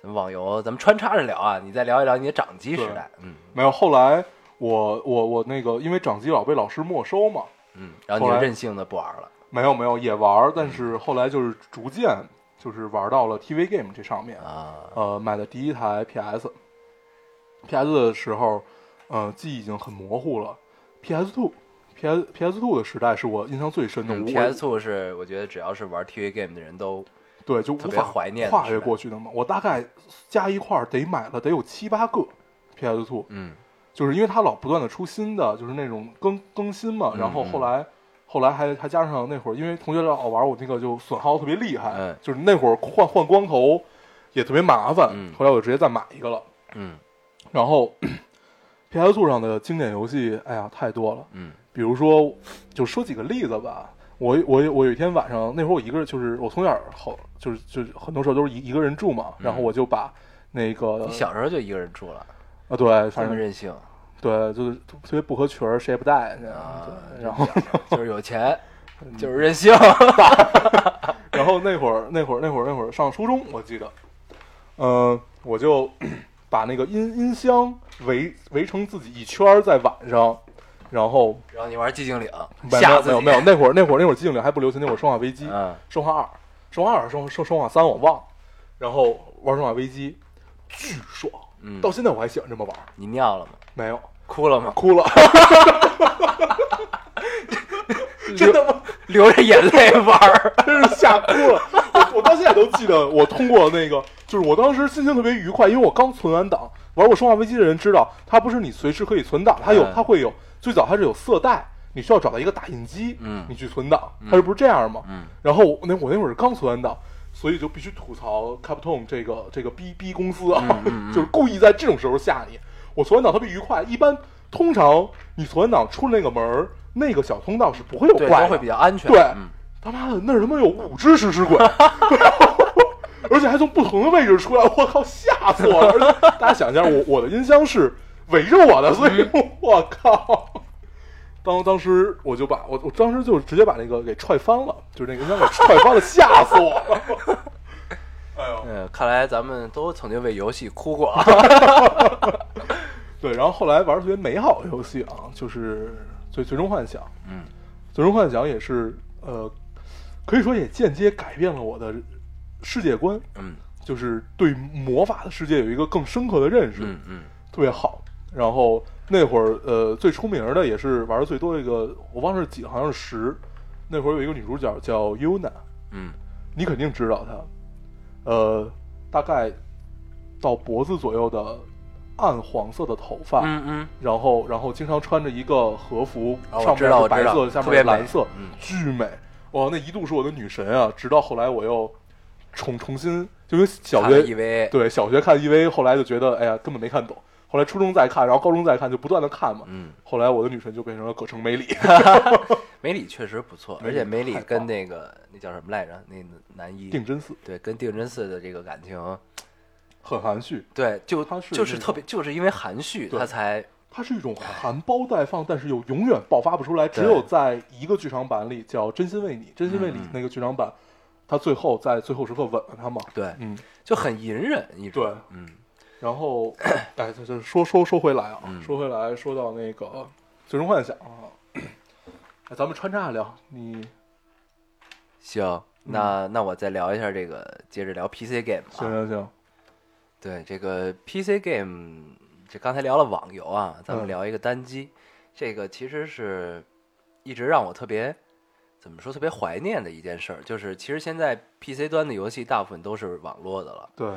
A: 咱们网游咱们穿插着聊啊，你再聊一聊你的掌机时代，嗯
B: 没有。后来我我我那个，因为掌机老被老师没收嘛，
A: 嗯，然后你
B: 后
A: 就
B: 来
A: 任性的不玩了
B: 没有没有也玩儿，但是后来就是逐渐就是玩到了 TV Game 这上面。
A: 啊，
B: 呃，买的第一台 PS，PS 的时候，呃，记忆已经很模糊了。PS Two。P.S. P.S. Two 的时代是我印象最深的，
A: 嗯
B: 我
A: ，PS Two 是我觉得只要是玩 TV game 的人都
B: 对，就无
A: 特别
B: 法
A: 怀念的
B: 跨
A: 时
B: 越
A: 代
B: 过去的嘛。我大概加一块儿得买了得有七八个 PS Two，
A: 嗯
B: 就是因为它老不断的出新的，就是那种更更新嘛。然后
A: 嗯嗯
B: 后来后来还还加上那会儿，因为同学老玩我那个就损耗特别厉害，
A: 嗯
B: 就是那会儿换换光头也特别麻烦。
A: 嗯
B: 后来我就直接再买一个了。
A: 嗯
B: 然后 (clears throat) PS Two 上的经典游戏，哎呀太多了。
A: 嗯
B: 比如说，就说几个例子吧。我我我有一天晚上，那会儿我一个人，就是我从小好，就是就是很多时候都是一一个人住嘛，然后我就把那个
A: 嗯你小时候就一个人住了，
B: 啊，对，
A: 这
B: 反
A: 么
B: 正
A: 任性
B: (laughs) 对，就是特别不合群儿，谁也不带，
A: 啊
B: 对，然后
A: 就是有钱，
B: 嗯
A: 就是
B: (laughs)
A: 任性。
B: 然后那会儿那会儿那会儿那会儿上初中，我记得，嗯、我就把那个音音箱围围成自己一圈儿，在晚上，然后
A: 然后你玩寂静岭，
B: 没
A: 吓
B: 有
A: 死
B: 没有
A: 你！
B: 没有，那会儿那会儿那会儿寂静岭还不流行，那会儿生化危机，
A: 嗯，
B: 生化二、生化二、生生生化三我忘了，然后玩生化危机，巨爽，
A: 嗯
B: 到现在我还喜欢这么玩。
A: 你尿了吗？
B: 没有，
A: 哭了吗？
B: 哭了，
A: (laughs)
B: (laughs)
A: 真的吗？流着眼泪玩
B: (laughs)
A: 儿，
B: 真是吓哭了。我我到现在都记得，我通过那个，就是我当时心情特别愉快，因为我刚存完档。玩过生化危机的人知道，它不是你随时可以存档，它有
A: 嗯
B: 它会有最早它是有色带，你需要找到一个打印机，
A: 嗯
B: 你去存档，它是不是这样吗？
A: 嗯
B: 然后我那我那会儿刚存完档，所以就必须吐槽 Capcom 这个这个逼逼公司啊，
A: 嗯
B: (laughs) 就是故意在这种时候吓你。我存完档特别愉快，一般通常你存完档出那个门儿，那个小通道是不会有
A: 对，
B: 怪
A: 都
B: 的，
A: 会比较安全。
B: 对
A: 嗯，
B: 他妈的那儿他妈有五只食尸鬼。 (laughs) 而且还从不同的位置出来，我靠，吓死我了！而且大家想一下，我我的音箱是围着我的，所以
A: 嗯
B: (laughs) 我靠，当当时我就把我我当时就直接把那个给踹翻了，就是那个音箱给踹翻了，吓死我了！ (laughs) 哎呦，
A: 嗯，看来咱们都曾经为游戏
B: (laughs)
A: 哭过。
B: 对，然后后来玩儿特别美好的游戏啊，就是最最终幻想，
A: 嗯
B: 最终幻想也是呃，可以说也间接改变了我的世界观，
A: 嗯
B: 就是对魔法的世界有一个更深刻的认识。
A: 嗯嗯
B: 特别好。然后那会儿呃最出名的也是玩的最多的一个，我忘了是几，好像是十。那会儿有一个女主角叫 Yuna，
A: 嗯
B: 你肯定知道她。呃，大概到脖子左右的暗黄色的头发，
A: 嗯嗯，
B: 然后然后经常穿着一个和服，
A: 哦我
B: 上
A: 知道
B: 面是
A: 我知
B: 白
A: 道
B: 色，下面
A: 特别
B: 是
A: 美
B: 蓝色，
A: 嗯
B: 巨美。哇，那一度是我的女神啊！直到后来我又重重新，就跟小
A: 看了
B: 学
A: EVA，
B: 对，小学看 EV，后来就觉得哎呀根本没看懂，后来初中再看，然后高中再看，就不断的看嘛。
A: 嗯，
B: 后来我的女神就变成了葛城美
A: (laughs)
B: 里，
A: 梅里确实不错，
B: 梅
A: 而
B: 里
A: 且梅里
B: 太棒
A: 跟
B: 了
A: 那个那叫什么来着？那男一
B: 定真寺
A: 对，跟定真寺的这个感情，
B: 很含蓄，
A: 对，就
B: 他是
A: 就
B: 那
A: 是
B: 种
A: 特别，就是因为含蓄，
B: 对
A: 他才
B: 它是一
A: 哎
B: 种含苞待放，但是又永远爆发不出来，只有在一个剧场版里叫《真心为你》，《真心为你
A: 嗯嗯》
B: 那个剧场版，他最后在最后时刻吻了她嘛。
A: 对，
B: 嗯，
A: 就很隐忍一种。
B: 对
A: 嗯
B: 然后 (clears throat) 哎，这这说说说回来啊，
A: 嗯
B: 说回来说到那个《最终幻想》啊，哎咱们穿插着聊，你
A: 行，那那我再聊一下这个，接着聊 PC game
B: 嗯
A: 啊。
B: 行行行，
A: 对，这个 PC game，这刚才聊了网游啊，咱
B: 嗯
A: 们聊一个单机，这个其实是一直让我特别怎么说特别怀念的一件事儿，就是其实现在 PC 端的游戏大部分都是网络的了，
B: 对，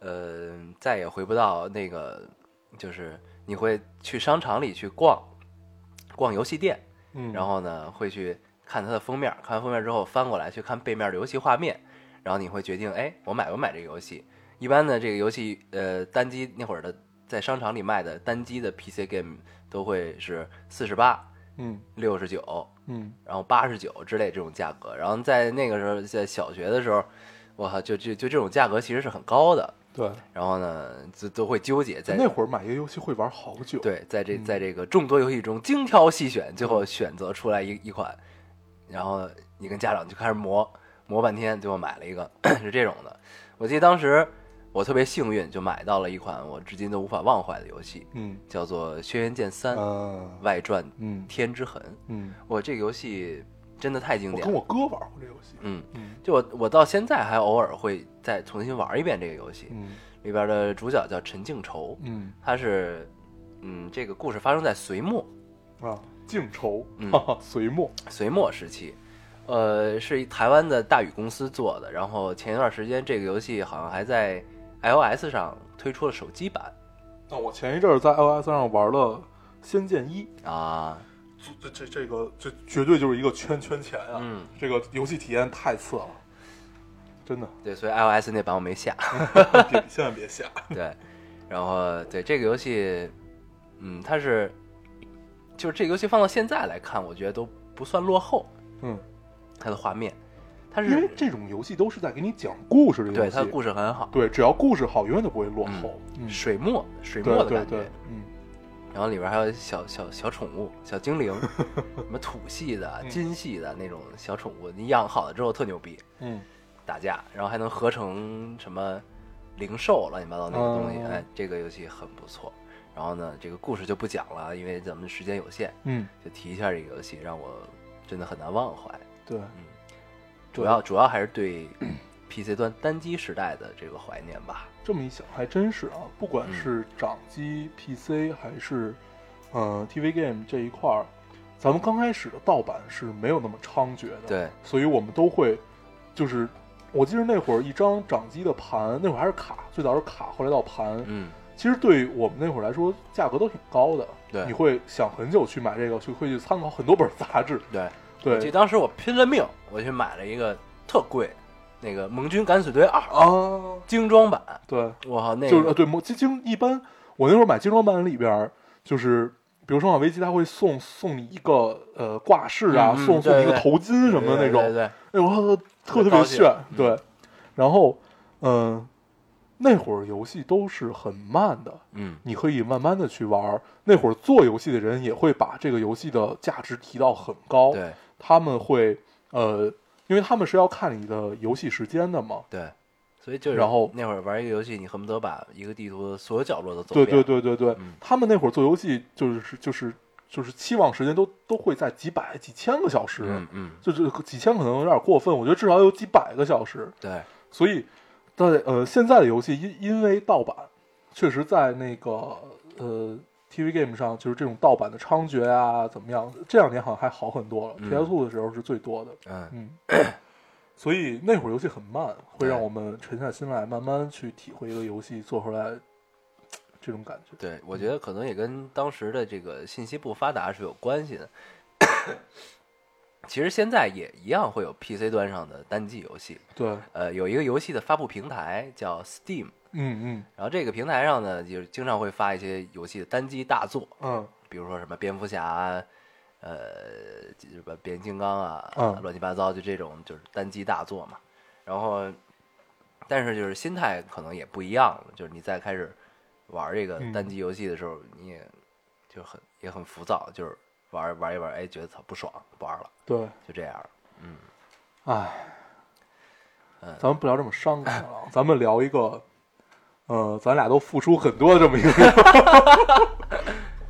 A: 呃，再也回不到那个就是你会去商场里去逛逛游戏店，
B: 嗯，
A: 然后呢会去看它的封面，看完封面之后翻过来去看背面的游戏画面，然后你会决定，哎，我买不买这个游戏？一般呢，这个游戏呃单机那会儿的在商场里卖的单机的 PC game 都会是四十八、
B: 嗯
A: 六十九，
B: 嗯，
A: 然后八十九之类这种价格。然后在那个时候，在小学的时候，我靠，就就就这种价格其实是很高的。
B: 对，
A: 然后呢，就都会纠结在
B: 那会儿买一个游戏会玩好久。，
A: 对，在这
B: 嗯
A: 在这个众多游戏中精挑细选，最后选择出来一一款，然后你跟家长就开始磨磨半天，最后买了一个 (clears throat) 是这种的。我记得当时我特别幸运，就买到了一款我至今都无法忘怀的游戏，
B: 嗯
A: 叫做《轩辕剑三
B: 嗯
A: 外传
B: 嗯
A: 天之痕》。
B: 嗯，
A: 我这个游戏真的太经
B: 我
A: 典
B: 跟
A: 了，
B: 我哥玩过这游戏。
A: 嗯，
B: 嗯
A: 就我我到现在还偶尔会再重新玩一遍这个游戏。
B: 嗯
A: 里边的主角叫陈靖仇，
B: 嗯
A: 他是嗯，这个故事发生在隋末，
B: 啊，净愁
A: 嗯，
B: 哈哈，隋末。
A: 隋末时期，呃，是一台湾的大宇公司做的。然后前一段时间，这个游戏好像还在 iOS 上推出了手机版
B: 那我前一阵儿在 iOS 上玩了《仙剑一》，
A: 啊，
B: 这这这个这绝对就是一个圈圈钱啊！
A: 嗯，
B: 这个游戏体验太次了，真的，
A: 对，所以 iOS 那版我没下。
B: (laughs) 别
A: (laughs)
B: 千万别下。
A: 对，然后对这个游戏，嗯，它是就是这个游戏放到现在来看，我觉得都不算落后，
B: 嗯，
A: 它的画面，它
B: 因为
A: 是
B: 这种游戏都是在给你讲故事的游戏，
A: 对它的故事很好，
B: 对，只要故事好，永远都不会落后。嗯，
A: 水墨水
B: 对
A: 墨的
B: 对
A: 感觉。
B: 对，嗯
A: 然后里边还有小小小宠物、小精灵，什么土系的、金系的那种小宠物，你养好了之后特牛逼，
B: 嗯
A: 打架，然后还能合成什么灵兽乱七八糟那个东西，
B: 哦
A: 哎，这个游戏很不错。然后呢，这个故事就不讲了，因为咱们时间有限，
B: 嗯，
A: 就提一下这个游戏，让我真的很难忘怀。
B: 对，
A: 主要主要还是对 (clears throat) PC 端单机时代的这个怀念吧。
B: 这么一想还真是啊，不
A: 嗯
B: 管是掌机、PC 还是嗯、呃 TV game 这一块儿，咱们刚开始的盗版是没有那么猖獗的。
A: 对，
B: 所以我们都会，就是我记得那会儿一张掌机的盘，那会儿还是卡，最早是卡，后来到盘，
A: 嗯，
B: 其实对于我们那会儿来说，价格都挺高的。
A: 对
B: 你会想很久去买这个，去会去参考很多本杂志。
A: 对，我记得
B: 对
A: 当时我拼了命，我去买了一个特贵，那个《盟军敢死队二》
B: 啊，
A: 精装版，
B: 对，
A: 我靠，那
B: 就是
A: 个
B: 呃对，魔精精一般，我那会儿买精装版里边儿，就是比如《生化危机》，它会送送你一个呃挂饰啊，
A: 嗯嗯
B: 送送你一个
A: 对对
B: 头巾什么的那种。
A: 对对
B: 哎，我特特
A: 高
B: 别
A: 兴
B: 炫，
A: 嗯
B: 对。然后，嗯、那会儿游戏都是很慢的，
A: 嗯，
B: 你可以慢慢的去玩儿。那会儿做游戏的人也会把这个游戏的价值提到很高，
A: 对
B: 他们会呃，因为他们是要看你的游戏时间的嘛。
A: 对，所以就是
B: 然后
A: 那会儿玩一个游戏，你恨不得把一个地图的所有角落都走
B: 对
A: 遍，
B: 对对对对，
A: 嗯
B: 他们那会儿做游戏就是就是就是期望时间都都会在几百几千个小时，
A: 嗯嗯，
B: 就是几千可能有点过分，我觉得至少有几百个小时。
A: 对，
B: 所以，在呃现在的游戏因因为盗版，确实在那个呃 TV game 上，就是这种盗版的猖獗啊，怎么样？这两年好像还好很多了、
A: 嗯
B: p s 2的时候是最多的，
A: 嗯
B: 嗯。所以那会儿游戏很慢，会
A: 对
B: 让我们沉下心来，慢慢去体会一个游戏做出来嘖这种感觉。
A: 对，我觉得可能也跟当时的这个信息不发达是有关系的。其实现在也一样会有 PC 端上的单机游戏，
B: 对，
A: 呃，有一个游戏的发布平台叫 Steam，
B: 嗯嗯
A: 然后这个平台上呢，就是经常会发一些游戏的单机大作，
B: 嗯
A: 比如说什么蝙蝠侠啊，呃，什么变形金刚啊，
B: 嗯
A: 乱七八糟，就这种就是单机大作嘛。然后，但是就是心态可能也不一样了，就是你再开始玩这个
B: 嗯
A: 单机游戏的时候，你也就很也很浮躁，就是玩玩一玩，哎，觉得操不爽，不玩了，
B: 对，
A: 就这样了。
B: 唉，
A: 嗯
B: 咱们不聊这么伤感了
A: (laughs)
B: 啊，咱们聊一个，呃，咱俩都付出很多的这么一
A: (laughs)
B: 个，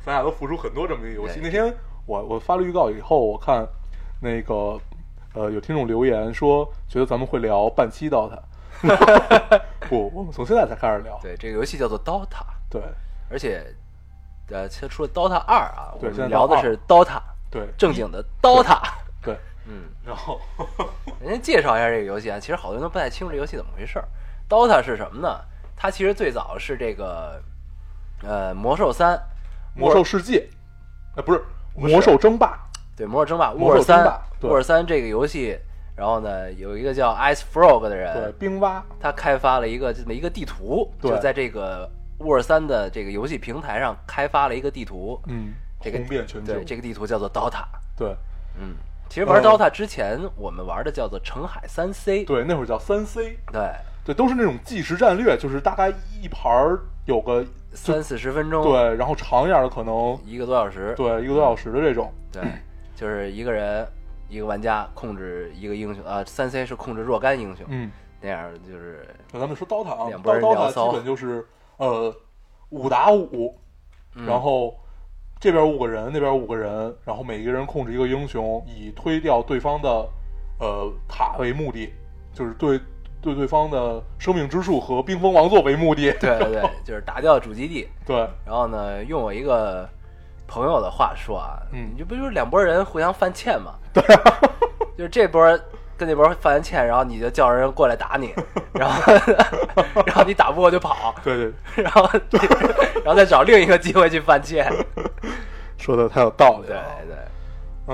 B: 咱俩都付出很多这么一个游戏。
A: 对
B: 那天我我发了预告以后，我看那个呃有听众留言说，觉得咱们会聊半期到
A: (laughs)
B: 它，不，我们从现在才开始聊。
A: 对，这个游戏叫做 DOTA，
B: 对
A: 而且，呃，其实除了 DOTA 二啊，我
B: 对现
A: 们
B: 在
A: 聊的
B: DOTA
A: 是 DOTA
B: 对
A: 正经的 DOTA。
B: 对，
A: 嗯，
B: 然后
A: 人家介绍一下这个游戏啊，其实好多人都不太清楚这游戏怎么回事儿。DOTA 是什么呢？它其实最早是这个，呃，魔兽三，
B: 魔兽世界，呃不是魔兽争霸，
A: 对魔兽争霸，
B: 魔兽
A: 沃尔
B: 争
A: 三
B: 霸，对
A: 沃尔三这个游戏，然后呢，有一个叫 Ice Frog 的
B: 对
A: 人，
B: 冰蛙，
A: 他开发了一个这么一个地图，
B: 对
A: 就在这个 War 三的这个游戏平台上开发了一个地图，
B: 嗯，
A: 这个
B: 红遍全球，
A: 对，这个地图叫做 DOTA。
B: 对
A: 嗯，其实玩
B: 呃
A: DOTA 之前，我们玩的叫做澄海三 C。
B: 对那会儿叫三 C，
A: 对，
B: 对，都是那种计时战略，就是大概一盘儿有个
A: 三四十分钟，，
B: 对，然后长一点的可能
A: 一个多小时，
B: 对一个多小时的这种，
A: 对，就是一个人一个玩家控制一个英雄，呃，三 C 是控制若干英雄，
B: 嗯，
A: 那样就是
B: 那咱们说刀塔啊，
A: 两拨
B: 刀
A: 人
B: 刀
A: 聊
B: 塔
A: 骚
B: 基本就是呃五打五，
A: 嗯
B: 然后这边五个人，那边五个人，然后每一个人控制一个英雄，以推掉对方的呃塔为目的，就是对对对方的生命之树和冰封王座为目的。
A: 对对对，就是打掉主基地，
B: 对
A: 然后呢，用我一个朋友的话说啊，
B: 嗯
A: 你这不就是两拨人互相犯欠吗？对、 (laughs) 就是这波跟那波犯欠，然后你就叫人过来打你，然后 (laughs) 然后你打不过就跑，
B: 对对，
A: 然后 (laughs) 然后再找另一个机会去犯欠，
B: 说的太有道理
A: 对
B: 了。
A: 对，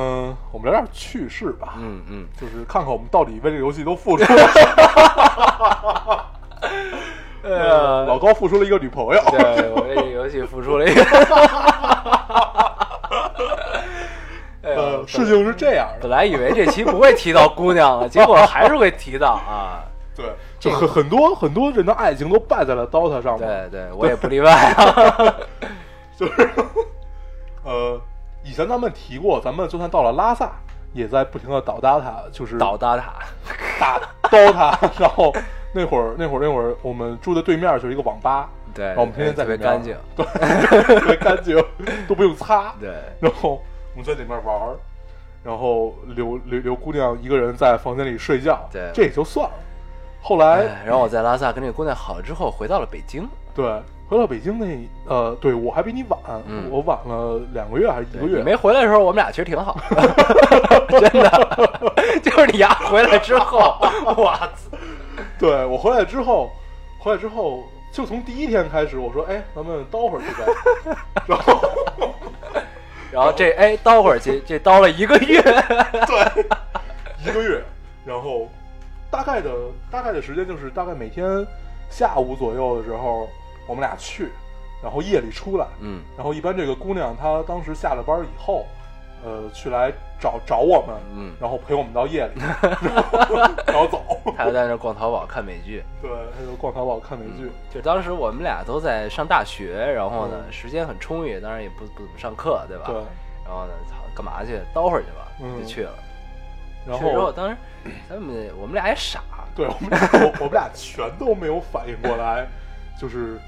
B: 嗯，我们聊点趣事吧，
A: 嗯嗯， (laughs)
B: 就是看看我们到底为这个游戏都付出了。
A: 呃
B: 老高付出了一个女朋友，
A: 对我为这个游戏付出了一个。哎呦
B: 呃，事情是这样的
A: 本，来以为这期不会提到姑
B: (laughs)
A: 娘了，结果还是会提到啊。
B: 对，就很很多很多人的爱情都败在了 DOTA 上面，
A: 对对，我也不例
B: (laughs)
A: 外啊。
B: 就是， (laughs) 呃，以前咱们提过，咱们就算到了拉萨，也在不停的倒 DOTA，就是
A: 倒搭塔，
B: 打 DOTA，然后 (laughs) 那会儿那会儿那会儿我们住的对面就是一个网吧，
A: 对
B: 然后我们天天在
A: 特别
B: 里面
A: 干净，
B: 对， (laughs) 特别干净，都不用擦，
A: 对，
B: 然后我们在里面玩儿，然后刘刘刘姑娘一个人在房间里睡觉，
A: 对
B: 这也就算了。后来
A: 哎，然后我在拉萨跟这个姑娘好了之后，回到了北京，
B: 对，回到北京那呃，对我还比你晚，
A: 嗯
B: 我晚了两个月还是一
A: 对
B: 个月？
A: 你没回来的时候，我们俩其实挺好，
B: (laughs)
A: 真的， (laughs) 就是你丫回来之后，我操，
B: 对我回来之后，回来之后就从第一天开始，我说哎，咱们刀会儿去呗。 (laughs) 然后
A: 然后这哎叨会儿去，这叨了一个月，
B: 对，一个月，然后大概的大概的时间就是大概每天下午左右的时候，我们俩去，然后夜里出来，
A: 嗯
B: 然后一般这个姑娘她当时下了班以后，呃，去来找找我们，
A: 嗯，
B: 然后陪我们到夜
A: (laughs)
B: 里，然后然后走。 (laughs)
A: 他就在那儿逛淘宝看美剧。
B: 对，他就逛淘宝看美剧。
A: 就当时我们俩都在上大学，然后呢，
B: 嗯
A: 时间很充裕，当然也不不怎么上课，对吧？
B: 对，
A: 然后呢，操，干嘛去？叨会儿去吧，
B: 嗯
A: 就去了。
B: 然
A: 去了之后，
B: 后
A: 当时 (clears throat) 咱们我们俩也傻，
B: (laughs) 对我们俩我我们俩全都没有反应过来，就是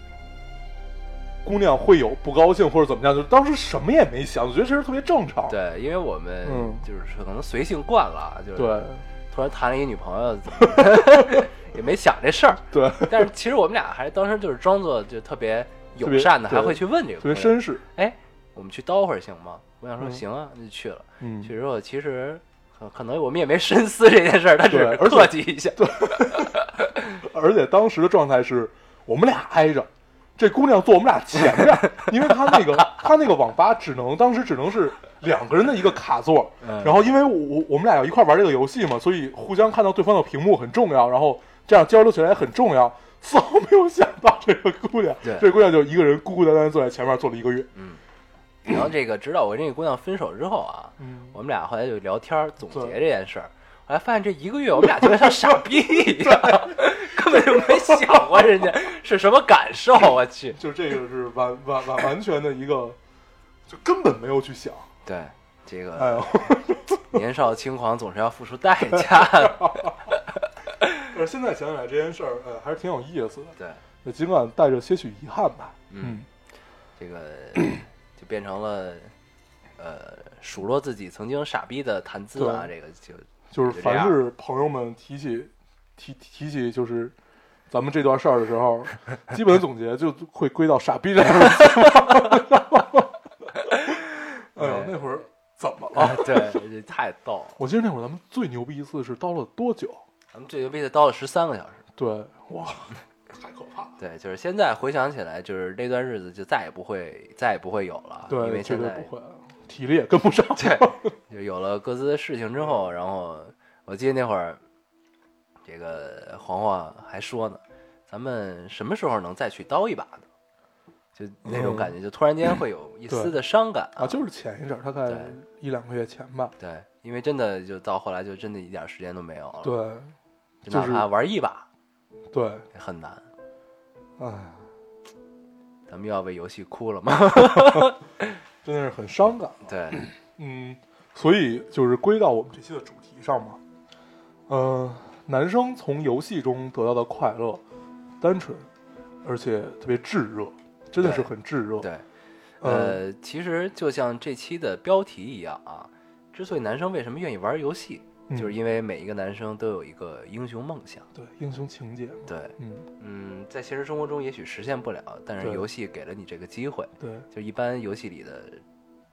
B: 姑娘会有不高兴或者怎么样，就当时什么也没想，我觉得这是特别正常。
A: 对，因为我们
B: 嗯
A: 就是可能随性惯了，啊就是
B: 对
A: 突然谈了一女朋友，
B: (laughs)
A: (laughs) 也没想这事儿。
B: 对，
A: 但是其实我们俩还当时就是装作就特别友善的，
B: 特别对
A: 还会去问这个
B: 特别
A: 姑娘
B: 绅士。
A: 哎，我们去叨会儿行吗？我想说
B: 嗯
A: 行啊，那就去了。
B: 嗯，
A: 去之后，其实可可能我们也没深思这件事儿，他只是
B: 对而且
A: 客气一下。
B: 而且当时的状态是我们俩挨着。这姑娘坐我们俩前面，因为她那个她那个网吧只能当时只能是两个人的一个卡座，
A: 嗯
B: 然后因为我我我们俩要一块玩这个游戏嘛，所以互相看到对方的屏幕很重要，然后这样交流起来很重要。丝毫没有想到这个姑娘
A: 对，
B: 这姑娘就一个人孤孤单单坐在前面坐了一个月。
A: 然后这个直到我跟这姑娘分手之后啊，
B: 嗯，
A: 我们俩后来就聊天儿总结
B: 对
A: 这件事儿。后来发现这一个月，我们俩就跟像傻逼一样， (laughs) 根本就没想过人家是什么感受。啊我去，
B: 就这个是完完完完全的一个，就根本没有去想。
A: 对这
B: 哎
A: 个
B: 呦，
A: 年少轻狂总是要付出代价的。
B: 但是现在想起来这件事儿，呃，还是挺有意思的。 (laughs)
A: 对，
B: 那尽管带着些许遗憾吧。
A: 嗯，这个就变成了呃数落自己曾经傻逼的谈资啊，
B: 对
A: 这个就
B: (laughs) 就是
A: 就这
B: 凡
A: 样
B: 是朋友们提起提提起就是咱们这段事儿的时候， (laughs) 基本总结就会归到傻逼这样的地 (laughs) 方。哎呦，
A: 对
B: 那会儿怎么了？
A: 哦对，这太逗了。
B: 我记得那会儿咱们最牛逼一次是刀了多久？
A: 咱们最牛逼的叨了十三个小时。
B: 对，哇，太可怕了。
A: 对，就是现在回想起来，就是那段日子就再也不会，再也不会有了，啊因
B: 对，
A: 为
B: 绝
A: 现
B: 对
A: 在
B: 不会，体力也跟不上。
A: (laughs) 对，就有了各自的事情之后，然后我记得那会儿，这个黄黄还说呢，咱们什么时候能再去刀一把呢？就那
B: 哦
A: 种感觉，就突然间会
B: (clears throat)
A: 有一丝的伤感
B: 啊，就是前一阵儿，大概
A: 对
B: 一两个月前吧。
A: 对，因为真的就到后来就真的一点时间都没有了，
B: 对
A: 就
B: 就
A: 哪
B: 是
A: 怕玩一把
B: 对，
A: 也很难。
B: 哎，
A: 咱们又要为游戏哭了吗？
B: (laughs) 真的是很伤感。
A: 对，
B: 嗯，所以就是归到我们这期的主题上嘛。呃，男生从游戏中得到的快乐，单纯，而且特别炙热，真的是很炙热。
A: 对，
B: 呃，
A: 呃，其实就像这期的标题一样啊，之所以男生为什么愿意玩游戏，
B: 嗯
A: 就是因为每一个男生都有一个英雄梦想。
B: 对英雄情节嘛，
A: 对，
B: 嗯，
A: 嗯，在现实生活中也许实现不了，但是
B: 对
A: 游戏给了你这个机会。
B: 对
A: 就一般游戏里的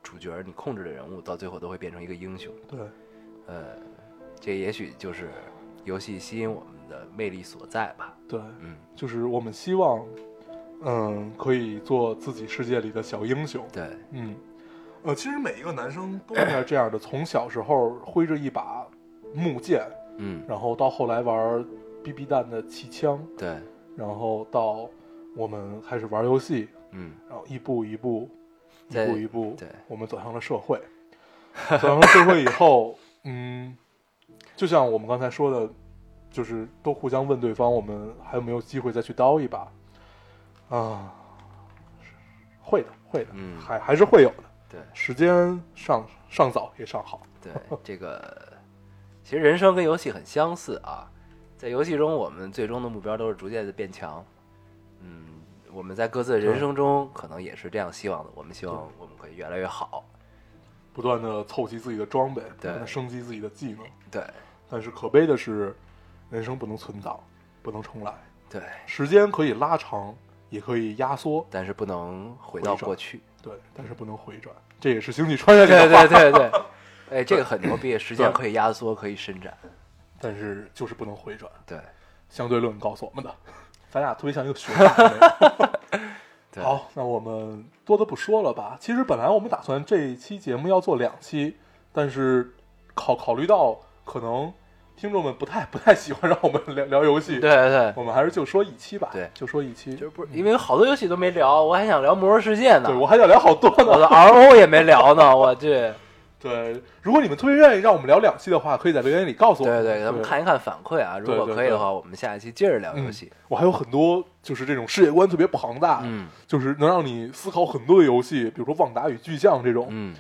A: 主角，你控制的人物到最后都会变成一个英雄。
B: 对
A: 呃，这也许就是游戏吸引我们的魅力所在吧。
B: 对，
A: 嗯，
B: 就是我们希望，嗯，可以做自己世界里的小英雄。
A: 对，
B: 嗯，呃，其实每一个男生都应该是这样的，从小时候挥着一把木剑，
A: 嗯，
B: 然后到后来玩 BB 弹的气枪，
A: 对，
B: 然后到我们开始玩游戏，
A: 嗯，
B: 然后一步一步，一
A: 在
B: 步一步，
A: 对
B: 我们走向了社会。走向了社会以后，嗯，就像我们刚才说的，就是都互相问对方，我们还有没有机会再去刀一把？啊，会的，会的，
A: 嗯
B: 还还是会有的。
A: 对，
B: 时间上上早也上好，
A: 对，这个其实人生跟游戏很相似啊，在游戏中，我们最终的目标都是逐渐的变强。嗯，我们在各自的人生中，可能也是这样希望的。我们希望我们可以越来越好。
B: 不断的凑齐自己的装备，不断的
A: 对
B: 升级自己的技能。
A: 对，
B: 但是可悲的是，人生不能存档，不能重来。
A: 对，
B: 时间可以拉长，也可以压缩，
A: 但是不能回到过去。
B: 对，但是不能回转。这也是星际穿越里
A: 对 (laughs)
B: 的话，
A: 对对对，哎，这个很牛逼，时间可以压缩，可以伸展。
B: 但是就是不能回转。
A: 对，
B: 相对论告诉我们的，咱俩特别像一个学
A: (laughs)
B: 霸。
A: 对
B: 好，那我们多的不说了吧。其实本来我们打算这一期节目要做两期，但是考考虑到可能听众们不太不太喜欢让我们聊聊游戏，
A: 对对，
B: 我们还是就说一期吧。
A: 对
B: 就说一期。
A: 就是不是因为好多游戏都没聊，我还想聊《魔兽世界》呢
B: 对，我还想聊好多呢
A: 我。的 RO 也没聊呢，我去。
B: 对，如果你们特别愿意让我们聊两期的话，可以在留言里告诉我
A: 对
B: 们。
A: 对，咱们看一看反馈啊，如
B: 对
A: 果
B: 对
A: 可以的
B: 对
A: 话，我们下一期接着聊游戏。啊
B: 我还有很多就是这种世界观特别庞大，
A: 嗯
B: 就是能让你思考很多的游戏，比如说《旺达与巨像》这种，
A: 嗯，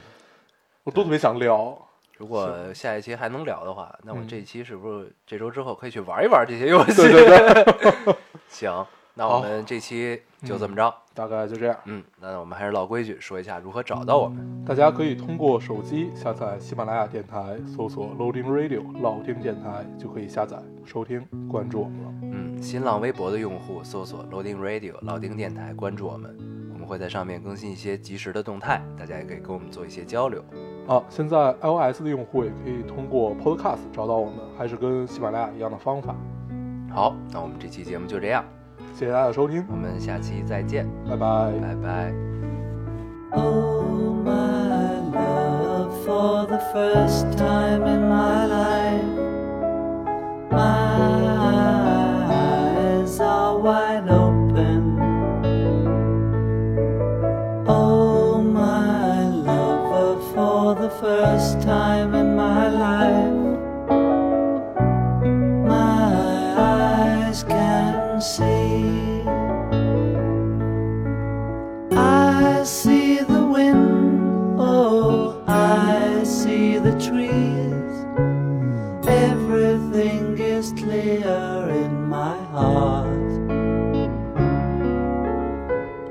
B: 我都特别想聊。
A: 如果下一期还能聊的话，那我这一期是不是这周之后可以去玩一玩这些游戏？
B: 嗯对对对，
A: 行，那我们这期就这么着。
B: 大概就这样。
A: 嗯，那我们还是老规矩，说一下如何
B: 嗯
A: 找到我们。
B: 大家可以通过手机下载喜马拉雅电台，搜索 Loading Radio 老丁电台，就可以下载收听，关注我们了。
A: 嗯，新浪微博的用户搜索 Loading Radio 老丁电台，关注我们，我们会在上面更新一些及时的动态，大家也可以跟我们做一些交流。
B: 啊，现在 iOS 的用户也可以通过 Podcast 找到我们，还是跟喜马拉雅一样的方法。
A: 好，那我们这期节目就这样，
B: 谢谢大家的收听，
A: 我们下期再见，
B: 拜拜。
A: 拜拜。
C: Oh, my love, for the first time in my life, my eyes are wide open. Oh, my lover, for the first time in my life, my eyes can see. I see the wind, oh, I see the trees. Everything is clear in my heart.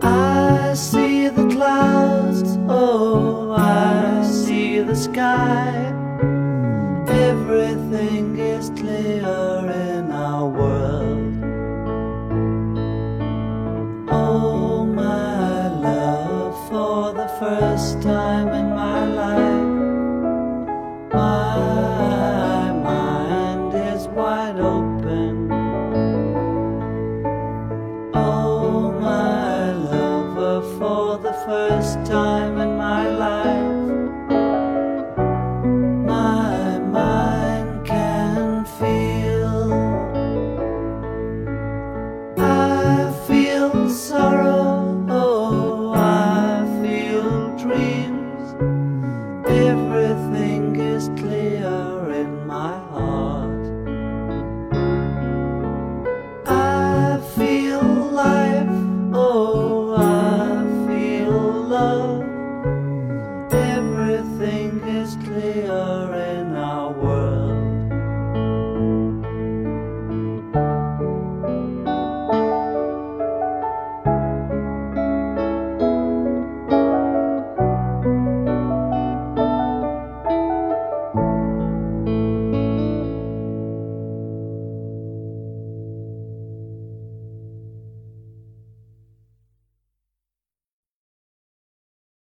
C: I see the clouds, oh, I see the sky. Everything is clear in our world. Oh, my love, for the first time in my life, my mind is wide open. Oh, my lover, for the first time in my life, my mind can feel. oh, oh, love. Everything is clear.